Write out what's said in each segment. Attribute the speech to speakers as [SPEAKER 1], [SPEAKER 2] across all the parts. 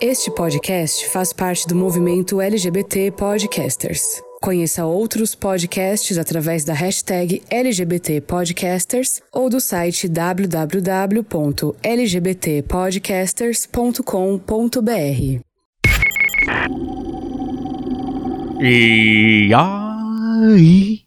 [SPEAKER 1] Este podcast faz parte do movimento LGBT Podcasters. Conheça outros podcasts através da hashtag LGBT Podcasters ou do site www.lgbtpodcasters.com.br.
[SPEAKER 2] E aí?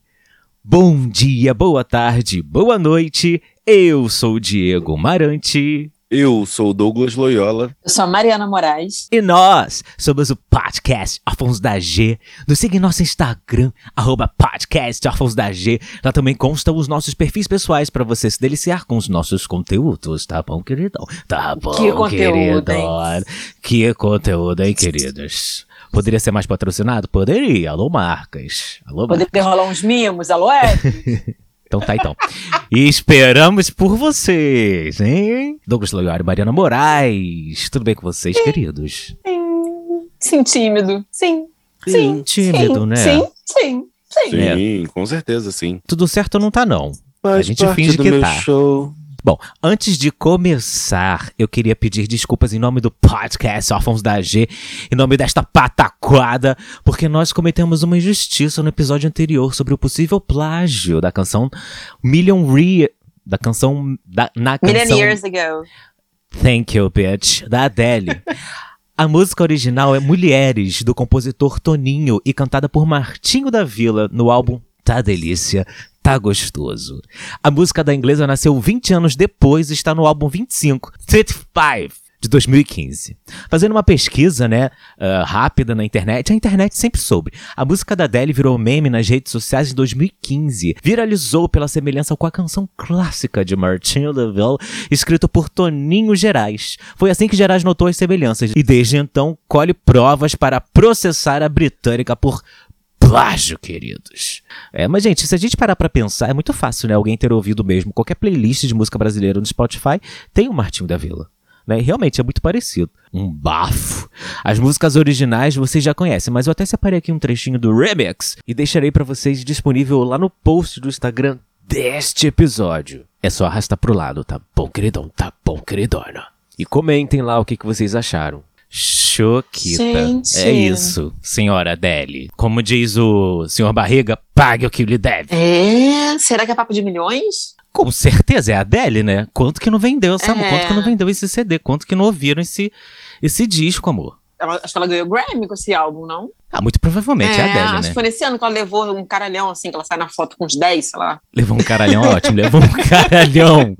[SPEAKER 2] Bom dia, boa tarde, boa noite. Eu sou o Diego Marante
[SPEAKER 3] Eu sou o Douglas Loyola.
[SPEAKER 4] Eu sou a Mariana Moraes.
[SPEAKER 2] e nós somos o podcast Órfãos da G. Nos siga em nosso Instagram, arroba podcast Órfãos da G. Lá também constam os nossos perfis pessoais para você se deliciar com os nossos conteúdos, tá bom, queridão? Tá bom,
[SPEAKER 4] conteúdo,
[SPEAKER 2] querido.
[SPEAKER 4] hein?
[SPEAKER 2] Que conteúdo, hein, queridos? Poderia ser mais patrocinado? Poderia. Alô, marcas. Alô, marcas.
[SPEAKER 4] Poder rolar uns mimos, alô, é?
[SPEAKER 2] Então tá, então. E esperamos por vocês, hein? Douglas Loyola e Mariana Moraes. Tudo bem com vocês, queridos?
[SPEAKER 4] Sim, tímido. Sim. Sim.
[SPEAKER 2] Tímido,
[SPEAKER 4] sim,
[SPEAKER 2] né?
[SPEAKER 4] Sim, sim, sim.
[SPEAKER 3] Sim, com certeza, sim.
[SPEAKER 2] Tudo certo não tá, não. A gente finge que tá.
[SPEAKER 3] show.
[SPEAKER 2] Bom, antes de começar, eu queria pedir desculpas em nome do podcast Órfãos da G, em nome desta pataquada, porque nós cometemos uma injustiça no episódio anterior sobre o possível plágio da canção Million Re... Da canção... Da, na canção...
[SPEAKER 4] Million years ago.
[SPEAKER 2] Thank You Bitch, da Adele. A música original é Mulheres, do compositor Toninho e cantada por Martinho da Vila no álbum Tá Delícia, Tá Gostoso. A música da inglesa nasceu 20 anos depois e está no álbum 25, 35. De 2015. Fazendo uma pesquisa, né, ah, rápida na internet, a internet sempre soube. A música da Adele virou meme nas redes sociais em 2015. Viralizou pela semelhança com a canção clássica de Martinho Deville, escrito por Toninho Gerais. Foi assim que Gerais notou as semelhanças e desde então colhe provas para processar a britânica por plágio, queridos. É, mas gente, se a gente parar pra pensar, é muito fácil, né? Alguém ter ouvido mesmo qualquer playlist de música brasileira no Spotify, tem o Martinho da Vila. Né? E Realmente é muito parecido. Um bafo. As músicas originais vocês já conhecem, mas eu até separei aqui um trechinho do remix e deixarei pra vocês disponível lá no post do Instagram deste episódio. É só arrastar pro lado, tá bom, queridão? Tá bom, queridona? E comentem lá o que, que vocês acharam. Choquita.
[SPEAKER 4] Gente.
[SPEAKER 2] É isso, senhora Adele. Como diz o senhor Barriga, pague o que lhe deve.
[SPEAKER 4] É, será que é papo de milhões?
[SPEAKER 2] Com certeza, é a Adele, né? Quanto que não vendeu, sabe?
[SPEAKER 4] É.
[SPEAKER 2] Quanto que não vendeu esse CD? Quanto que não ouviram esse, esse disco, amor?
[SPEAKER 4] Ela- acho que ela ganhou Grammy com esse álbum, não?
[SPEAKER 2] Ah, muito provavelmente é, a Adele,
[SPEAKER 4] acho
[SPEAKER 2] né?
[SPEAKER 4] que foi nesse ano que ela levou um caralhão, assim, que ela sai na foto com uns 10, sei lá.
[SPEAKER 2] Levou um caralhão ótimo, levou um caralhão.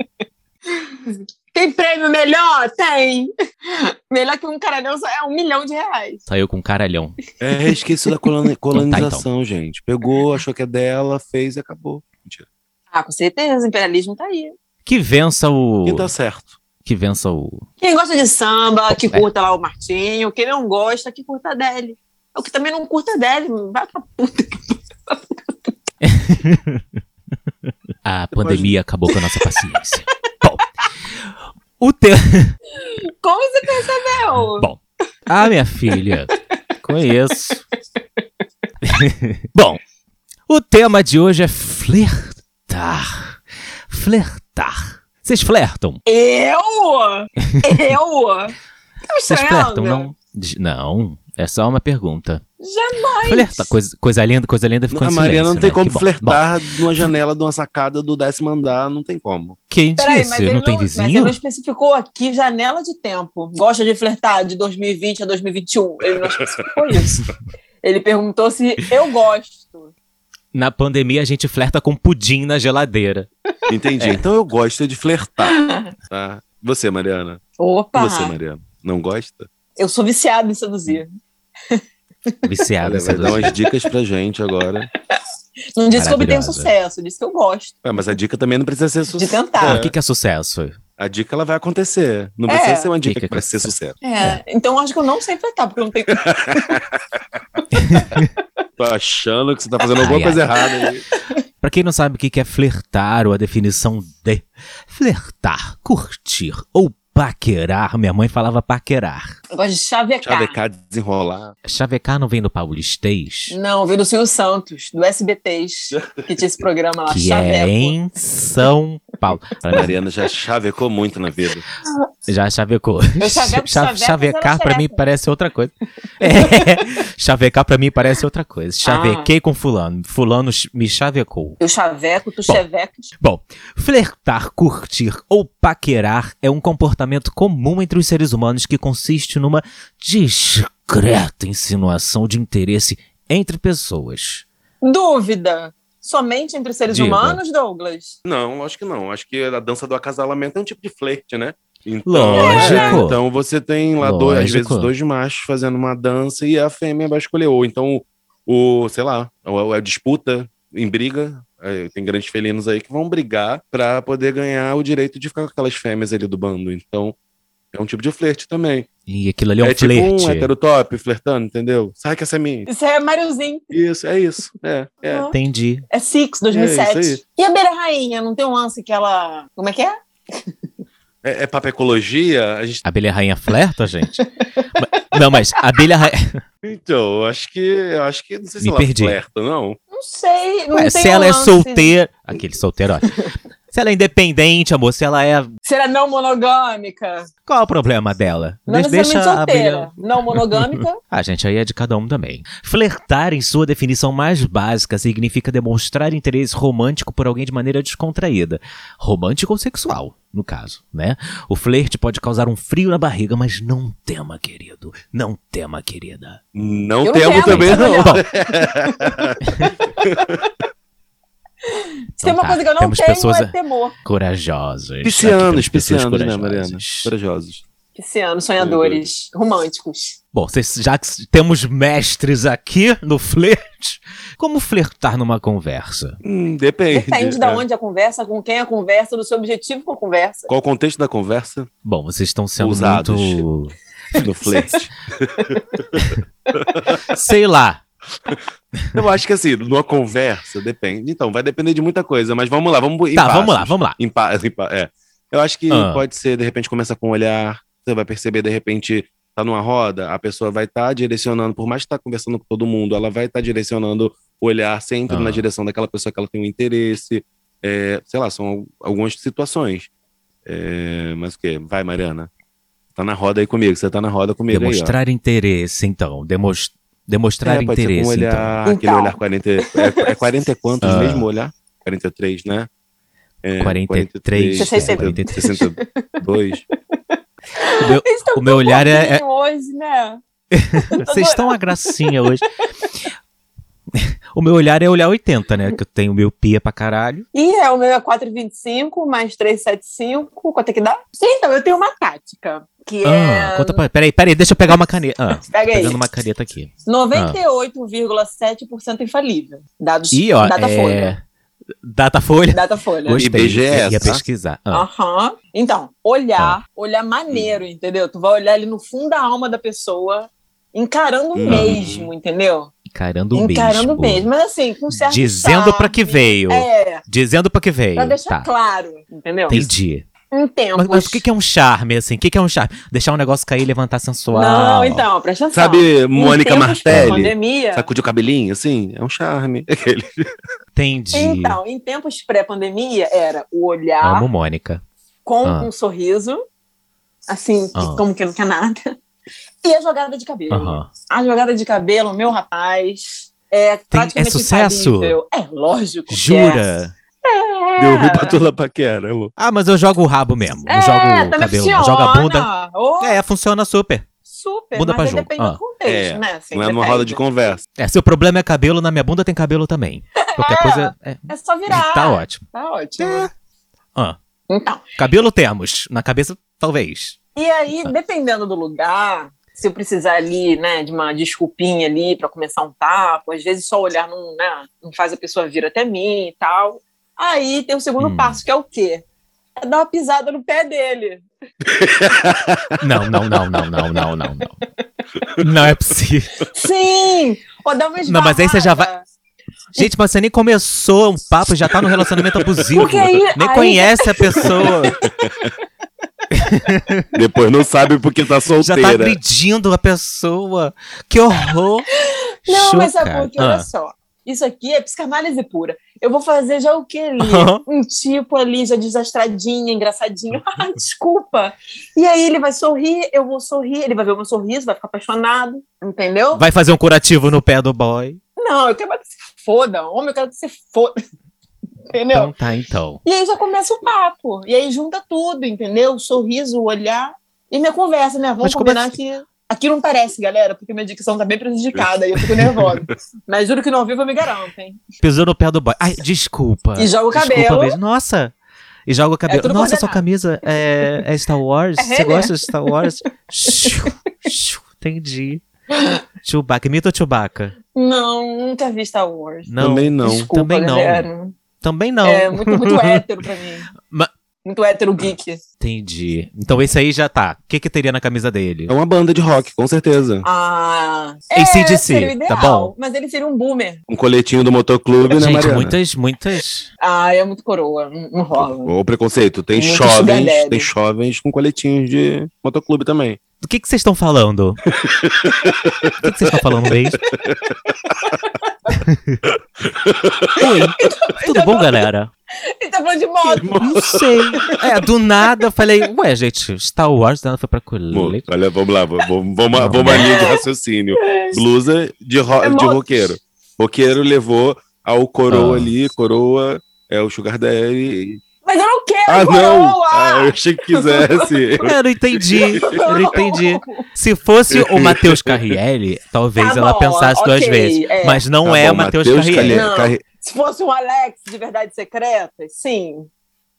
[SPEAKER 4] Tem prêmio melhor? Tem! Melhor que um caralhão só é um milhão de reais.
[SPEAKER 2] Saiu com um caralhão.
[SPEAKER 3] É, esqueci da coloni- colonização,
[SPEAKER 2] Então
[SPEAKER 3] gente. Pegou, achou que é dela, fez e acabou. Mentira.
[SPEAKER 4] Ah, com certeza, o imperialismo tá aí.
[SPEAKER 2] Que vença o.
[SPEAKER 3] E dá certo.
[SPEAKER 2] Que vença o.
[SPEAKER 4] Quem gosta de samba, que
[SPEAKER 2] É.
[SPEAKER 4] curta lá o Martinho. Quem não gosta, que curta a Adele. O que também não curta a Adele, vai pra puta.
[SPEAKER 2] A
[SPEAKER 3] Depois-
[SPEAKER 2] pandemia acabou com a nossa paciência. Bom. O te...
[SPEAKER 4] Como você percebeu?
[SPEAKER 2] Bom. Ah, minha filha. Conheço. Bom, o tema de hoje é flertar. Flertar. Vocês flertam?
[SPEAKER 4] Eu? Eu? Tá me
[SPEAKER 2] Vocês flertam,
[SPEAKER 4] estranhando?
[SPEAKER 2] não? De- Não. É só uma pergunta.
[SPEAKER 4] Jamais.
[SPEAKER 2] Flertar. Coisa, coisa linda, coisa linda ficou
[SPEAKER 3] a
[SPEAKER 2] em
[SPEAKER 3] Mariana
[SPEAKER 2] silêncio,
[SPEAKER 3] não tem
[SPEAKER 2] né?
[SPEAKER 3] como
[SPEAKER 2] Que bom.
[SPEAKER 3] flertar numa janela de uma sacada do décimo andar, não tem como.
[SPEAKER 2] Bom, quem
[SPEAKER 4] Peraí,
[SPEAKER 2] disse?
[SPEAKER 4] mas ele
[SPEAKER 2] não,
[SPEAKER 4] não,
[SPEAKER 2] tem
[SPEAKER 4] mas ele
[SPEAKER 2] vizinho?
[SPEAKER 4] não especificou aqui janela de tempo. Gosta de flertar de 2020 a 2021. Ele não especificou isso. Ele perguntou se eu gosto.
[SPEAKER 2] Na pandemia a gente flerta com pudim na geladeira. É.
[SPEAKER 3] Entendi. Então eu gosto de flertar. tá? Você, Mariana.
[SPEAKER 4] Opa!
[SPEAKER 3] Você, Mariana. Não gosta?
[SPEAKER 4] Eu sou viciada em seduzir.
[SPEAKER 3] É
[SPEAKER 2] Viciada.
[SPEAKER 3] Ela vai
[SPEAKER 2] essa
[SPEAKER 3] dar umas dicas pra gente agora.
[SPEAKER 4] Não disse que eu obtenho
[SPEAKER 2] Maravilhosa.
[SPEAKER 4] sucesso, disse que eu gosto.
[SPEAKER 3] Ué, Ah, mas a dica também não precisa ser
[SPEAKER 4] De
[SPEAKER 3] sucesso.
[SPEAKER 4] tentar.
[SPEAKER 2] Ah, O que, que é sucesso?
[SPEAKER 3] A dica ela vai acontecer. Não
[SPEAKER 4] É.
[SPEAKER 3] precisa ser uma dica
[SPEAKER 2] Dica
[SPEAKER 3] que,
[SPEAKER 2] que
[SPEAKER 3] vai ser
[SPEAKER 2] acontece.
[SPEAKER 3] sucesso.
[SPEAKER 4] É, então eu acho que eu não sei flertar, porque eu não tenho.
[SPEAKER 3] Tô achando que você tá fazendo
[SPEAKER 2] Ai,
[SPEAKER 3] alguma coisa
[SPEAKER 2] ai.
[SPEAKER 3] errada aí.
[SPEAKER 2] Pra quem não sabe o que que é flertar ou a definição de flertar, curtir ou paquerar. Minha mãe falava paquerar.
[SPEAKER 4] Eu gosto de chavecar.
[SPEAKER 3] Chavecar, desenrolar.
[SPEAKER 2] Chavecar não vem do paulistês?
[SPEAKER 4] Não, veio do Silvio Santos, do SBTs, que tinha esse programa lá,
[SPEAKER 2] Que é
[SPEAKER 4] Chaveco.
[SPEAKER 2] em São Paulo.
[SPEAKER 3] A Mariana já chavecou muito na vida.
[SPEAKER 2] Já chavecou.
[SPEAKER 4] Eu
[SPEAKER 2] Cha-
[SPEAKER 4] chaveco, chaveco, mas
[SPEAKER 2] chavecar
[SPEAKER 4] ela
[SPEAKER 2] pra mim
[SPEAKER 4] chaveca.
[SPEAKER 2] parece outra coisa. É. Chavecar pra mim parece outra coisa.
[SPEAKER 4] Ah.
[SPEAKER 2] Chavequei com fulano. Fulano ch- me chavecou.
[SPEAKER 4] Eu chaveco, tu
[SPEAKER 2] Bom.
[SPEAKER 4] chevecas.
[SPEAKER 2] Bom, flertar, curtir ou paquerar é um comportamento comum entre os seres humanos que consiste numa discreta insinuação de interesse entre pessoas.
[SPEAKER 4] Dúvida. Somente entre seres
[SPEAKER 2] Diga.
[SPEAKER 4] humanos, Douglas?
[SPEAKER 3] Não, acho que não. Acho que a dança do acasalamento é um tipo de flerte, né? Então,
[SPEAKER 2] Lógico.
[SPEAKER 3] Então você tem lá dois, às
[SPEAKER 2] Lógico.
[SPEAKER 3] vezes dois machos fazendo uma dança e a fêmea vai escolher. Ou então, o, sei lá, ou a disputa em briga. É, Tem grandes felinos aí que vão brigar pra poder ganhar o direito de ficar com aquelas fêmeas ali do bando. Então, é um tipo de flerte também.
[SPEAKER 2] E aquilo ali é um
[SPEAKER 3] é tipo
[SPEAKER 2] flerte.
[SPEAKER 3] um heterotop flertando, entendeu? Sai que essa é minha.
[SPEAKER 4] Isso é Máriozinho.
[SPEAKER 3] Isso, é isso. É, é.
[SPEAKER 4] Uhum.
[SPEAKER 2] Entendi.
[SPEAKER 4] É Six,
[SPEAKER 3] É
[SPEAKER 4] 2007.
[SPEAKER 3] isso
[SPEAKER 4] e a Beira Rainha, não tem um lance que ela... Como é que é?
[SPEAKER 3] É, é papecologia? A gente...
[SPEAKER 2] A abelha rainha flerta, gente? Ma- não, mas a abelha rainha.
[SPEAKER 3] Então, eu acho que. Eu acho que. Não sei se
[SPEAKER 2] Me
[SPEAKER 3] ela
[SPEAKER 2] perdi.
[SPEAKER 3] flerta, não.
[SPEAKER 4] Não sei, não
[SPEAKER 2] Ué,
[SPEAKER 4] tem
[SPEAKER 2] se
[SPEAKER 4] um
[SPEAKER 2] ela é
[SPEAKER 4] lance.
[SPEAKER 2] solteira. Aquele solteiro, ó. Se ela é independente, amor, se ela é.
[SPEAKER 4] Se ela é não monogâmica.
[SPEAKER 2] Qual é o problema dela?
[SPEAKER 4] Não necessariamente
[SPEAKER 2] a abelha-
[SPEAKER 4] solteira. Não monogâmica.
[SPEAKER 2] Ah, gente, aí é de cada um também. Flertar, em sua definição mais básica, significa demonstrar interesse romântico por alguém de maneira descontraída. Romântico ou sexual, no caso, né? O flerte pode causar um frio na barriga, mas não tema, querido. Não tema, querida.
[SPEAKER 3] Não
[SPEAKER 4] Eu não
[SPEAKER 3] temo
[SPEAKER 4] quero,
[SPEAKER 3] também,
[SPEAKER 4] então,
[SPEAKER 3] não.
[SPEAKER 4] melhor.
[SPEAKER 2] Bom,
[SPEAKER 4] Se tem uma
[SPEAKER 2] tá,
[SPEAKER 4] coisa que eu não
[SPEAKER 2] temos
[SPEAKER 4] tenho,
[SPEAKER 2] pessoas-
[SPEAKER 4] é temor.
[SPEAKER 2] corajosos. Aqui
[SPEAKER 3] Piscianos,
[SPEAKER 2] temos pessoas
[SPEAKER 3] piscianos, né,
[SPEAKER 2] corajosas.
[SPEAKER 3] Mariana? Corajosos.
[SPEAKER 4] Esse ano, sonhadores românticos.
[SPEAKER 2] Bom, cês- já que temos mestres aqui no flerte, como flertar numa conversa?
[SPEAKER 3] Hum, depende.
[SPEAKER 4] Depende de
[SPEAKER 3] É.
[SPEAKER 4] onde a conversa, com quem a conversa, do seu objetivo com a conversa.
[SPEAKER 3] Qual o contexto da conversa
[SPEAKER 2] Bom, vocês estão sendo
[SPEAKER 3] Ousados.
[SPEAKER 2] muito...
[SPEAKER 3] do flerte?
[SPEAKER 2] Sei lá.
[SPEAKER 3] eu acho que assim, numa conversa, depende. Então, vai depender de muita coisa, mas vamos lá, vamos em
[SPEAKER 2] Tá,
[SPEAKER 3] passos.
[SPEAKER 2] vamos lá, vamos lá.
[SPEAKER 3] Em pa- em pa- é. Eu acho que
[SPEAKER 2] Ah.
[SPEAKER 3] pode ser, de repente, começa com um olhar, você vai perceber, de repente, tá numa roda, a pessoa vai estar direcionando, por mais que tá conversando com todo mundo, ela vai estar direcionando o olhar sempre
[SPEAKER 2] Ah.
[SPEAKER 3] na direção daquela pessoa que ela tem um interesse. É, sei lá, são al- algumas situações. É, mas o quê? Vai, Mariana. Tá na roda aí comigo, você tá na roda comigo aí, ó.
[SPEAKER 2] Demonstrar interesse, então. Demos- demonstrar
[SPEAKER 3] É, pode ser com
[SPEAKER 2] interesse,
[SPEAKER 3] um
[SPEAKER 2] então.
[SPEAKER 3] olhar, aquele
[SPEAKER 4] Então.
[SPEAKER 3] olhar 40, é, é 40 e quantos
[SPEAKER 2] Ah.
[SPEAKER 3] mesmo olhar? 43, né? É,
[SPEAKER 2] 43,
[SPEAKER 3] 43, 62.
[SPEAKER 2] Meu-
[SPEAKER 4] Eles tão
[SPEAKER 2] o meu olhar é. é-
[SPEAKER 4] fofinhos hoje, né?
[SPEAKER 2] Vocês estão uma gracinha hoje. O meu olhar é olhar 80, né? Que eu tenho miopia pra caralho.
[SPEAKER 4] E é, o meu é 4,25 mais 3,75. Quanto é que dá? Sim, então, eu tenho uma tática. Que
[SPEAKER 2] Ah,
[SPEAKER 4] é.
[SPEAKER 2] conta pra. Peraí, peraí, deixa eu pegar uma caneta. Ah,
[SPEAKER 4] Pega aí.
[SPEAKER 2] pegando uma caneta aqui.
[SPEAKER 4] 98,7% infalível. Dados
[SPEAKER 2] Ih, ó.
[SPEAKER 4] Datafolha.
[SPEAKER 2] É... Datafolha.
[SPEAKER 4] Datafolha.
[SPEAKER 2] Gostei.
[SPEAKER 3] IBGE,
[SPEAKER 2] ia, ia
[SPEAKER 3] tá?
[SPEAKER 2] pesquisar. Ah,
[SPEAKER 4] Aham. Então, olhar, olhar maneiro, entendeu? Tu vai olhar ali no fundo da alma da pessoa, encarando
[SPEAKER 3] Hum.
[SPEAKER 4] mesmo, entendeu?
[SPEAKER 2] encarando o mesmo.
[SPEAKER 4] encarando mesmo, mas assim, com certo
[SPEAKER 2] Dizendo pra que veio.
[SPEAKER 4] É,
[SPEAKER 2] Dizendo pra que veio.
[SPEAKER 4] pra deixar
[SPEAKER 2] tá.
[SPEAKER 4] claro, entendeu?
[SPEAKER 2] Entendi.
[SPEAKER 4] Um tempo.
[SPEAKER 2] Mas, mas o que, que é um charme, assim? O que, que é um charme? Deixar um negócio cair e levantar sensual.
[SPEAKER 4] Não, então, presta atenção.
[SPEAKER 3] Sabe,
[SPEAKER 4] Em
[SPEAKER 3] Mônica
[SPEAKER 4] tempos de
[SPEAKER 3] Martelli?
[SPEAKER 4] Pandemia,
[SPEAKER 3] Sacudiu o cabelinho, assim? É um charme. Aquele.
[SPEAKER 2] Entendi.
[SPEAKER 4] então, tá? em tempos pré-pandemia, era o olhar
[SPEAKER 2] Amo Mônica.
[SPEAKER 4] com
[SPEAKER 2] Ah.
[SPEAKER 4] um sorriso, assim,
[SPEAKER 2] Ah.
[SPEAKER 4] como que não quer nada, e a jogada de cabelo.
[SPEAKER 2] Aham.
[SPEAKER 4] A jogada de cabelo, meu rapaz, é praticamente
[SPEAKER 2] sucesso?
[SPEAKER 4] infalível. É, lógico. que
[SPEAKER 2] Jura?
[SPEAKER 4] É.
[SPEAKER 3] Deu ruim pra Tula Paquera. amor.
[SPEAKER 2] Ah, mas eu jogo o rabo mesmo. Não
[SPEAKER 4] É,
[SPEAKER 2] jogo o
[SPEAKER 4] também
[SPEAKER 2] cabelo.
[SPEAKER 4] funciona.
[SPEAKER 2] não. Joga a bunda.
[SPEAKER 4] Ô,
[SPEAKER 2] É, funciona super.
[SPEAKER 4] super,
[SPEAKER 2] bunda
[SPEAKER 4] mas
[SPEAKER 2] pra
[SPEAKER 4] aí
[SPEAKER 2] jogo.
[SPEAKER 4] depende
[SPEAKER 2] Ah.
[SPEAKER 4] do contexto,
[SPEAKER 3] É,
[SPEAKER 4] né? Assim,
[SPEAKER 3] Não é numa
[SPEAKER 4] depende.
[SPEAKER 3] roda de conversa.
[SPEAKER 2] É, se o problema é cabelo, na minha bunda tem cabelo também. Qualquer coisa. é,
[SPEAKER 4] É só virar.
[SPEAKER 2] tá ótimo.
[SPEAKER 4] Tá ótimo.
[SPEAKER 3] É.
[SPEAKER 2] Ah,
[SPEAKER 4] Então,
[SPEAKER 2] cabelo temos. Na cabeça, talvez.
[SPEAKER 4] e aí,
[SPEAKER 2] Tá.
[SPEAKER 4] dependendo do lugar, se eu precisar ali, né, de uma desculpinha ali pra começar um papo, às vezes só olhar não, né, não faz a pessoa vir até mim e tal. Aí tem o segundo
[SPEAKER 2] Hum.
[SPEAKER 4] passo, que é o quê? É dar uma pisada no pé dele.
[SPEAKER 2] Não, não, não, não, não, não, não, não. Não é possível.
[SPEAKER 4] Sim! Ou dar uma
[SPEAKER 2] Não, mas aí você já vai-
[SPEAKER 4] esbarrada.
[SPEAKER 2] Gente, mas você nem começou um papo e já tá no relacionamento abusivo.
[SPEAKER 4] Porque aí-
[SPEAKER 2] nem
[SPEAKER 4] aí-
[SPEAKER 2] conhece a pessoa.
[SPEAKER 3] Depois não sabe porque tá
[SPEAKER 2] Já
[SPEAKER 3] solteira.
[SPEAKER 2] tá agredindo a pessoa. Que horror.
[SPEAKER 4] Não, mas
[SPEAKER 2] Chuca.
[SPEAKER 4] sabe por quê? Olha
[SPEAKER 2] Ah.
[SPEAKER 4] só. Isso aqui é psicanálise pura. Eu vou fazer já o que ali?
[SPEAKER 2] Aham.
[SPEAKER 4] Um tipo ali, já desastradinha, engraçadinho. Ah, desculpa. E aí ele vai sorrir, eu vou sorrir, ele vai ver o meu sorriso, vai ficar apaixonado, entendeu?
[SPEAKER 2] Vai fazer um curativo no pé do boy.
[SPEAKER 4] Não, eu quero que se foda, homem, eu quero que se foda. Entendeu?
[SPEAKER 2] Então tá, então.
[SPEAKER 4] E aí já começa o papo. E aí junta tudo, entendeu? O sorriso, o olhar e minha conversa, né? Vamos
[SPEAKER 2] Mas como
[SPEAKER 4] combinar
[SPEAKER 2] é
[SPEAKER 4] que. Aqui não parece, galera, porque minha dicção tá bem prejudicada e eu fico nervosa. Mas juro que no ao vivo eu me garanto, hein?
[SPEAKER 2] Pisou no pé do boy. Ai, desculpa.
[SPEAKER 4] E joga o
[SPEAKER 2] Desculpa,
[SPEAKER 4] cabelo. É
[SPEAKER 2] beijo. Nossa. E joga o cabelo.
[SPEAKER 4] tudo
[SPEAKER 2] Nossa, sua
[SPEAKER 4] coordenado.
[SPEAKER 2] camisa é, é Star Wars.
[SPEAKER 4] É
[SPEAKER 2] Você
[SPEAKER 4] Renner.
[SPEAKER 2] gosta de Star Wars? Shiu, shiu, Entendi. Chewbacca. Imita o Chewbacca.
[SPEAKER 4] Não, nunca vi Star Wars.
[SPEAKER 2] Não.
[SPEAKER 3] Também não.
[SPEAKER 4] Desculpa,
[SPEAKER 2] também não.
[SPEAKER 4] galera.
[SPEAKER 2] Também não.
[SPEAKER 4] É muito, muito hétero pra mim.
[SPEAKER 2] Ma-
[SPEAKER 4] Muito hétero geek.
[SPEAKER 2] Entendi. Então esse aí já tá. O que que teria na camisa dele?
[SPEAKER 3] É uma banda de rock, com certeza.
[SPEAKER 4] Ah.
[SPEAKER 2] AC/DC,
[SPEAKER 4] seria o ideal,
[SPEAKER 2] tá bom?
[SPEAKER 4] Mas ele seria um boomer.
[SPEAKER 3] Um coletinho do motoclube, né,
[SPEAKER 2] Gente,
[SPEAKER 3] Mariana?
[SPEAKER 2] muitas, muitas.
[SPEAKER 4] Ah, é muito coroa. Não não rola.
[SPEAKER 3] O preconceito. Tem
[SPEAKER 4] Muito sugar
[SPEAKER 3] jovens,
[SPEAKER 4] daddy.
[SPEAKER 3] tem jovens com coletinhos de motoclube também.
[SPEAKER 2] Do que que vocês estão falando? Do que que vocês estão falando mesmo? Oi, tudo bom, galera?
[SPEAKER 4] Ele tá falando de moto.
[SPEAKER 2] Não sei. É, do nada eu falei, ué, gente, Star Wars do nada foi pra
[SPEAKER 3] Mo-
[SPEAKER 2] colete.
[SPEAKER 3] Olha, vamos lá, vamos, vamos, vamos, a- vamos à linha de raciocínio. Blusa de, ro
[SPEAKER 4] É
[SPEAKER 3] de
[SPEAKER 4] moto.
[SPEAKER 3] roqueiro. Roqueiro levou ao coroa
[SPEAKER 2] Ah.
[SPEAKER 3] ali, coroa é o Sugar Daddy.
[SPEAKER 4] Mas eu não quero
[SPEAKER 3] Ah,
[SPEAKER 4] É coroa!
[SPEAKER 3] não! Ah, eu achei que quisesse.
[SPEAKER 2] Eu não entendi, eu não entendi. Se fosse o Matheus Carrielli, talvez
[SPEAKER 4] Tá
[SPEAKER 2] ela
[SPEAKER 4] bom,
[SPEAKER 2] pensasse duas
[SPEAKER 4] ok,
[SPEAKER 2] vezes.
[SPEAKER 4] é.
[SPEAKER 2] Mas não
[SPEAKER 3] Tá
[SPEAKER 2] é
[SPEAKER 3] bom,
[SPEAKER 2] o Matheus
[SPEAKER 3] Matheus
[SPEAKER 2] Carrielli.
[SPEAKER 3] Carrielli. É,
[SPEAKER 4] Não.
[SPEAKER 3] carre-
[SPEAKER 4] Se fosse um Alex de Verdades Secretas, sim.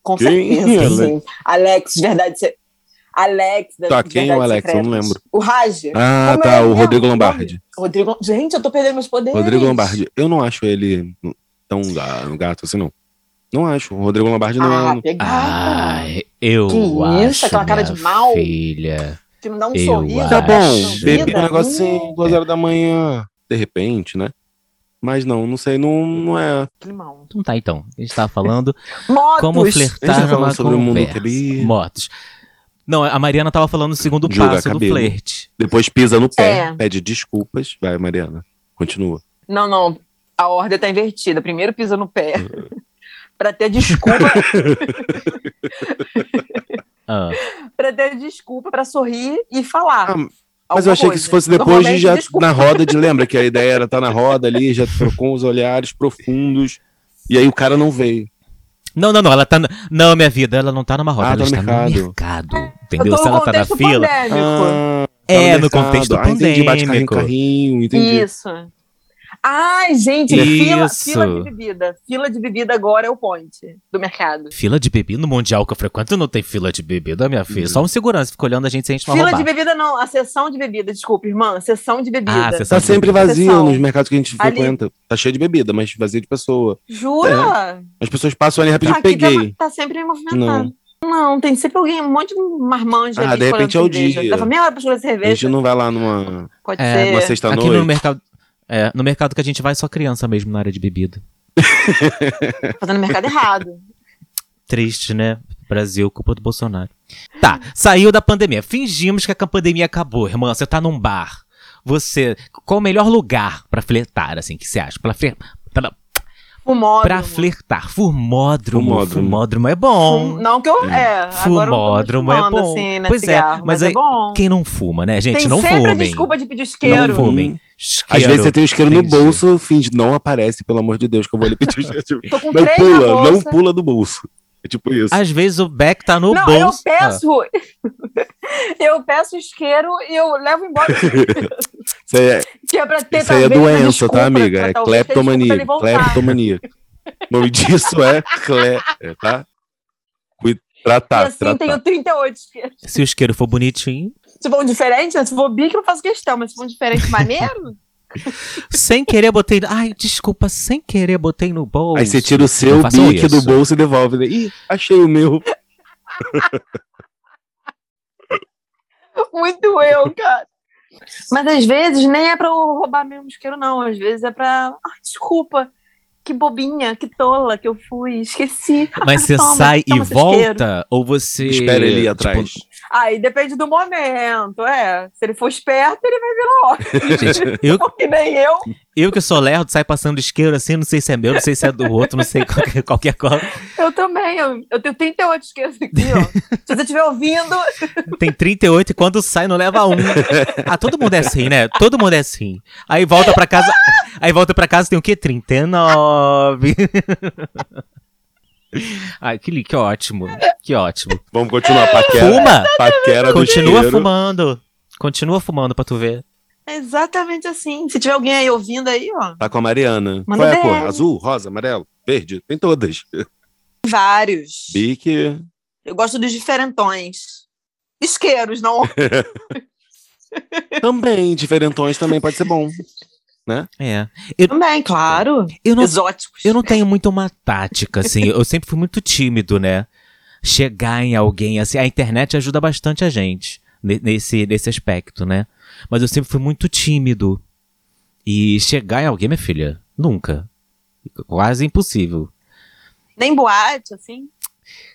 [SPEAKER 4] Com
[SPEAKER 3] Quem é
[SPEAKER 4] certeza,
[SPEAKER 3] Alex?
[SPEAKER 4] sim. Alex de Verdades Secretas. Alex da
[SPEAKER 3] Tá,
[SPEAKER 4] de
[SPEAKER 3] quem é o
[SPEAKER 4] Verdades
[SPEAKER 3] Alex? Eu
[SPEAKER 4] Secretas.
[SPEAKER 3] não lembro.
[SPEAKER 4] O Raj.
[SPEAKER 3] Ah,
[SPEAKER 4] Como
[SPEAKER 3] tá,
[SPEAKER 4] é
[SPEAKER 3] o
[SPEAKER 4] mesmo
[SPEAKER 3] Rodrigo
[SPEAKER 4] nome?
[SPEAKER 3] Lombardi.
[SPEAKER 4] Rodrigo... Gente, eu tô perdendo meus poderes.
[SPEAKER 3] Rodrigo Lombardi. Eu não acho ele tão ga- gato assim, não. Não acho. O Rodrigo Lombardi não é.
[SPEAKER 4] Ah,
[SPEAKER 3] não-
[SPEAKER 4] pegado.
[SPEAKER 2] Ai, eu
[SPEAKER 4] Que
[SPEAKER 2] acho,
[SPEAKER 4] isso, aquela cara
[SPEAKER 2] minha
[SPEAKER 4] de mal.
[SPEAKER 2] filha.
[SPEAKER 4] que não dá um
[SPEAKER 2] eu
[SPEAKER 4] sorriso.
[SPEAKER 3] Tá
[SPEAKER 2] acho.
[SPEAKER 3] bom, bebi
[SPEAKER 4] vida,
[SPEAKER 3] um negocinho,
[SPEAKER 4] hum.
[SPEAKER 3] duas horas da manhã, de repente, né? Mas não, não sei, não, não é.
[SPEAKER 4] Climão.
[SPEAKER 2] Então tá, então. A gente tava falando
[SPEAKER 4] Motos.
[SPEAKER 2] Como
[SPEAKER 3] A gente
[SPEAKER 2] flertar
[SPEAKER 3] tá falando
[SPEAKER 2] numa
[SPEAKER 3] sobre o mundo
[SPEAKER 2] conversa.
[SPEAKER 3] que é bi.
[SPEAKER 2] Motos. Não, a Mariana tava falando do segundo
[SPEAKER 3] Julga
[SPEAKER 2] passo do
[SPEAKER 3] cabelo.
[SPEAKER 2] flerte.
[SPEAKER 3] Depois pisa no pé,
[SPEAKER 4] É.
[SPEAKER 3] pede desculpas. Vai, Mariana, continua.
[SPEAKER 4] Não, não. A ordem tá invertida. Primeiro pisa no pé. pra ter desculpa.
[SPEAKER 2] Ah,
[SPEAKER 4] pra ter desculpa pra sorrir e falar.
[SPEAKER 3] Ah, Mas
[SPEAKER 4] alguma
[SPEAKER 3] eu achei que
[SPEAKER 4] coisa.
[SPEAKER 3] isso fosse depois de
[SPEAKER 4] né? Normalmente,
[SPEAKER 3] já
[SPEAKER 4] desculpa.
[SPEAKER 3] na roda de lembra que a ideia era estar tá na roda ali, já trocou os olhares profundos. E aí o cara não veio.
[SPEAKER 2] Não, não, não. Ela tá. na- Não, minha vida, ela não tá numa roda,
[SPEAKER 3] Ah,
[SPEAKER 2] ela
[SPEAKER 3] tá no
[SPEAKER 2] está no mercado. Entendeu?
[SPEAKER 4] É, Eu tô
[SPEAKER 2] Se
[SPEAKER 4] no
[SPEAKER 2] ela tá na
[SPEAKER 4] contexto
[SPEAKER 2] fila.
[SPEAKER 4] pandêmico.
[SPEAKER 3] Ah, tá
[SPEAKER 2] É, no
[SPEAKER 3] mercado.
[SPEAKER 2] contexto
[SPEAKER 3] ah, entendi, bate carrinho, em
[SPEAKER 2] pandêmico.
[SPEAKER 3] carrinho, entendi.
[SPEAKER 4] Isso. Ai, gente, fila,
[SPEAKER 2] Isso.
[SPEAKER 4] fila de bebida. Fila de bebida agora é o point do mercado.
[SPEAKER 2] Fila de bebida no mundial que eu frequento não tem fila de bebida, minha
[SPEAKER 3] Hum.
[SPEAKER 2] filha. Só um segurança fica olhando a gente se a gente não
[SPEAKER 4] Fila
[SPEAKER 2] roubar.
[SPEAKER 4] de bebida não, a sessão de bebida, desculpa, irmã, a sessão de bebida.
[SPEAKER 2] Ah, sessão
[SPEAKER 3] Tá sempre vazio
[SPEAKER 4] Pessoal,
[SPEAKER 3] nos mercados que a gente
[SPEAKER 4] ali.
[SPEAKER 3] frequenta. Tá cheio de bebida, mas vazio de pessoa.
[SPEAKER 2] É.
[SPEAKER 4] Jura?
[SPEAKER 3] As pessoas passam ali rapidinho,
[SPEAKER 4] Tá, aqui tá,
[SPEAKER 3] peguei.
[SPEAKER 4] tá sempre movimentado. Não. tem sempre alguém, um monte de marmanjo
[SPEAKER 3] Ah,
[SPEAKER 4] ali
[SPEAKER 3] de repente é o
[SPEAKER 4] escolhendo cerveja.
[SPEAKER 3] dia.
[SPEAKER 4] Dava meia hora pra escolher
[SPEAKER 3] A gente
[SPEAKER 4] cerveja.
[SPEAKER 3] não vai lá numa,
[SPEAKER 4] Pode
[SPEAKER 2] É,
[SPEAKER 4] ser.
[SPEAKER 3] numa sexta-noite.
[SPEAKER 2] Aqui no mercado. É, no mercado que a gente vai, só criança mesmo na área de bebida.
[SPEAKER 4] Fazendo mercado errado.
[SPEAKER 2] Triste, né? Brasil, culpa do Bolsonaro. Tá, saiu da pandemia. Fingimos que a pandemia acabou, irmã. Você tá num bar. Você. Qual o melhor lugar pra flertar, assim, que você acha? Pra, fler... pra...
[SPEAKER 4] O modo.
[SPEAKER 2] pra flertar. Fumódromo.
[SPEAKER 3] Fumódromo.
[SPEAKER 2] Fumódromo. é bom.
[SPEAKER 4] Não que eu. É, agora eu não tô mais
[SPEAKER 2] Fumódromo é
[SPEAKER 4] fumando,
[SPEAKER 2] bom.
[SPEAKER 4] Assim, né,
[SPEAKER 2] Pois é,
[SPEAKER 4] cigarro,
[SPEAKER 2] mas
[SPEAKER 4] mas
[SPEAKER 2] aí-
[SPEAKER 4] é bom.
[SPEAKER 2] Quem não fuma, né, gente?
[SPEAKER 4] Tem
[SPEAKER 2] não
[SPEAKER 4] sempre a
[SPEAKER 2] fumem.
[SPEAKER 4] desculpa de pedir
[SPEAKER 2] Não
[SPEAKER 4] isqueiro.
[SPEAKER 2] fumem.
[SPEAKER 3] Às vezes você
[SPEAKER 2] Isqueiro.
[SPEAKER 3] tem o isqueiro no
[SPEAKER 2] Entendi.
[SPEAKER 3] bolso, finge, não aparece, pelo amor de Deus, que eu vou ali pedir um o isqueiro.
[SPEAKER 4] Tô com
[SPEAKER 3] Não
[SPEAKER 4] três na
[SPEAKER 3] pula,
[SPEAKER 4] bolsa.
[SPEAKER 3] não pula do bolso. É tipo isso.
[SPEAKER 2] Às vezes o Beck tá no
[SPEAKER 4] Não,
[SPEAKER 2] bolso. Ah.
[SPEAKER 4] eu peço. eu peço isqueiro e eu levo embora.
[SPEAKER 3] Isso aí é,
[SPEAKER 4] que é pra ter
[SPEAKER 3] isso aí é
[SPEAKER 4] talvez, uma
[SPEAKER 3] doença,
[SPEAKER 4] desculpa,
[SPEAKER 3] tá, amiga?
[SPEAKER 4] pra
[SPEAKER 3] É
[SPEAKER 4] talvez ter desculpa pra ele
[SPEAKER 3] cleptomania.
[SPEAKER 4] voltar.
[SPEAKER 3] Cleptomania. O nome disso é cle... é, tá? Cui-
[SPEAKER 4] E
[SPEAKER 3] Tratar,
[SPEAKER 4] assim
[SPEAKER 3] tratar.
[SPEAKER 4] tenho 38 isqueiros.
[SPEAKER 2] Ah, Se o isqueiro for bonitinho.
[SPEAKER 4] Se for um diferente, né? se for bico, eu faço questão, mas se for um diferente maneiro,
[SPEAKER 2] sem querer botei. Ai, desculpa, sem querer botei no bolso.
[SPEAKER 3] Aí você tira o seu
[SPEAKER 2] Não façam
[SPEAKER 3] bique do
[SPEAKER 2] isso.
[SPEAKER 3] bolso e devolve. né? Ih, achei o meu.
[SPEAKER 4] muito eu, cara. Mas às vezes nem é pra eu roubar mesmo isqueiro, não. Às vezes é pra. Ah, desculpa. que bobinha, que tola que eu fui, esqueci.
[SPEAKER 2] Mas você
[SPEAKER 4] Ah, Toma,
[SPEAKER 2] sai
[SPEAKER 4] toma
[SPEAKER 2] e
[SPEAKER 4] seu isqueiro.
[SPEAKER 2] volta? Ou você.
[SPEAKER 3] Espera ele ir
[SPEAKER 2] tipo,
[SPEAKER 3] atrás.
[SPEAKER 4] Aí depende do momento, é. Se ele for esperto, ele vai virar ótimo.
[SPEAKER 2] Gente, eu,
[SPEAKER 4] Porque nem eu.
[SPEAKER 2] eu que sou lerdo, saio passando isqueiro assim, não sei se é meu, não sei se é do outro, não sei qualquer, qualquer coisa.
[SPEAKER 4] Eu também. Eu, eu tenho 38 esqueço aqui, ó. Se você estiver ouvindo,
[SPEAKER 2] Tem 38 e quando sai não leva um. Ah, todo mundo é assim, né? Todo mundo é assim. Aí volta pra casa. Aí volta pra casa tem o quê? 39. Ai, que, li- que ótimo. Que ótimo.
[SPEAKER 3] Vamos continuar paquera.
[SPEAKER 2] Fuma!
[SPEAKER 3] Paquera do
[SPEAKER 2] Continua
[SPEAKER 3] cheiro.
[SPEAKER 2] fumando. Continua fumando pra tu ver.
[SPEAKER 4] é exatamente assim. Se tiver alguém aí ouvindo aí, ó.
[SPEAKER 3] Tá com a Mariana.
[SPEAKER 4] Manda
[SPEAKER 3] Qual é a
[SPEAKER 4] bem.
[SPEAKER 3] cor? Azul, rosa, amarelo, verde? Tem todas.
[SPEAKER 4] Vários.
[SPEAKER 3] Bique.
[SPEAKER 4] Eu gosto dos diferentões. Isqueiros, não.
[SPEAKER 3] Também, diferentões também pode ser bom.
[SPEAKER 2] É.
[SPEAKER 4] Também, claro.
[SPEAKER 2] Eu não
[SPEAKER 4] Exóticos.
[SPEAKER 2] Eu não tenho muito uma tática, assim. Eu sempre fui muito tímido, né? Chegar em alguém, assim. A internet ajuda bastante a gente ne- nesse, nesse aspecto, né? Mas eu sempre fui muito tímido. E chegar em alguém, minha filha, nunca. Quase impossível.
[SPEAKER 4] Nem boate, assim.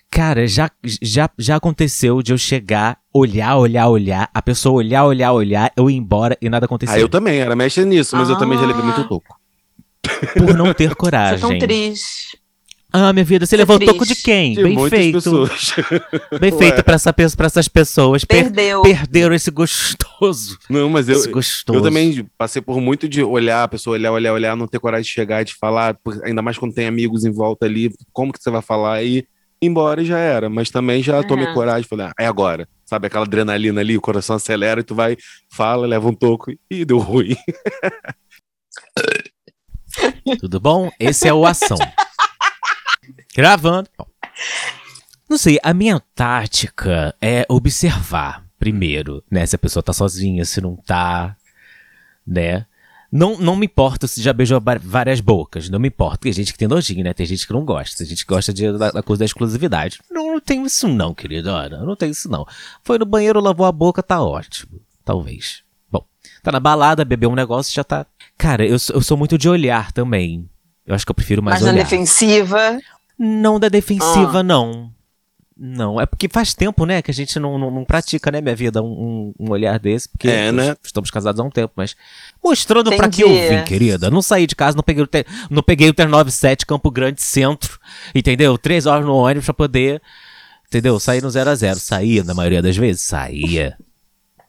[SPEAKER 2] Cara, já, já, já aconteceu de eu chegar, olhar, olhar, olhar, a pessoa olhar, olhar, olhar, eu ir embora e nada acontecer.
[SPEAKER 3] Ah, eu também, era mexe nisso, mas eu também já levei
[SPEAKER 4] Ah.
[SPEAKER 3] muito louco.
[SPEAKER 2] Por não ter
[SPEAKER 4] Você é tão
[SPEAKER 2] coragem.
[SPEAKER 4] triste.
[SPEAKER 2] Ah, minha vida, você
[SPEAKER 4] Tô
[SPEAKER 2] levantou
[SPEAKER 4] triste.
[SPEAKER 2] com de quem?
[SPEAKER 3] é De
[SPEAKER 2] Bem
[SPEAKER 3] muitas
[SPEAKER 2] feito.
[SPEAKER 3] pessoas.
[SPEAKER 2] Bem feito pra, essa, pe- pra essas pessoas. Per-
[SPEAKER 4] Perdeu.
[SPEAKER 2] perderam esse gostoso.
[SPEAKER 3] Não, mas
[SPEAKER 2] esse
[SPEAKER 3] eu,
[SPEAKER 2] gostoso.
[SPEAKER 3] eu também passei por muito de olhar, a pessoa olhar, olhar, olhar, não ter coragem de chegar, de falar, por- ainda mais quando tem amigos em volta ali, como que você vai falar? E ir embora e já era. Mas também já tomei
[SPEAKER 4] É.
[SPEAKER 3] coragem, falei, ah, é agora. Sabe aquela adrenalina ali, o coração acelera e tu vai, fala, leva um toco e deu ruim.
[SPEAKER 2] Tudo bom? Esse é o Ação. Gravando. Bom. Não sei, a minha tática é observar primeiro, né? Se a pessoa tá sozinha, se não tá, né? Não, não me importa se já beijou ba- várias bocas, não me importa. Tem gente que tem nojinho, né? Tem gente que não gosta. Tem gente que gosta de- da, da coisa da exclusividade. Não, não tenho isso não, querido. Olha, eu não tenho isso não. Foi no banheiro, lavou a boca, tá ótimo. Talvez. Bom, tá na balada, bebeu um negócio, já tá... Cara, eu, sou- eu sou muito de olhar também. Eu acho que eu prefiro mais
[SPEAKER 4] Mas na
[SPEAKER 2] olhar.
[SPEAKER 4] defensiva.
[SPEAKER 2] Não da defensiva, não. Não, é porque faz tempo, né, que a gente não, não, não pratica, né, minha vida, um, um- um olhar desse, porque
[SPEAKER 3] É, né?
[SPEAKER 2] estamos casados há um tempo, mas mostrando pra que
[SPEAKER 4] Entendi.
[SPEAKER 2] eu vim, querida. Não saí de casa, não peguei o, te, não peguei o 397 Campo Grande Centro, entendeu? Três horas no ônibus pra poder, entendeu? Sair no 0 a 0 Saía, na maioria das vezes, saía.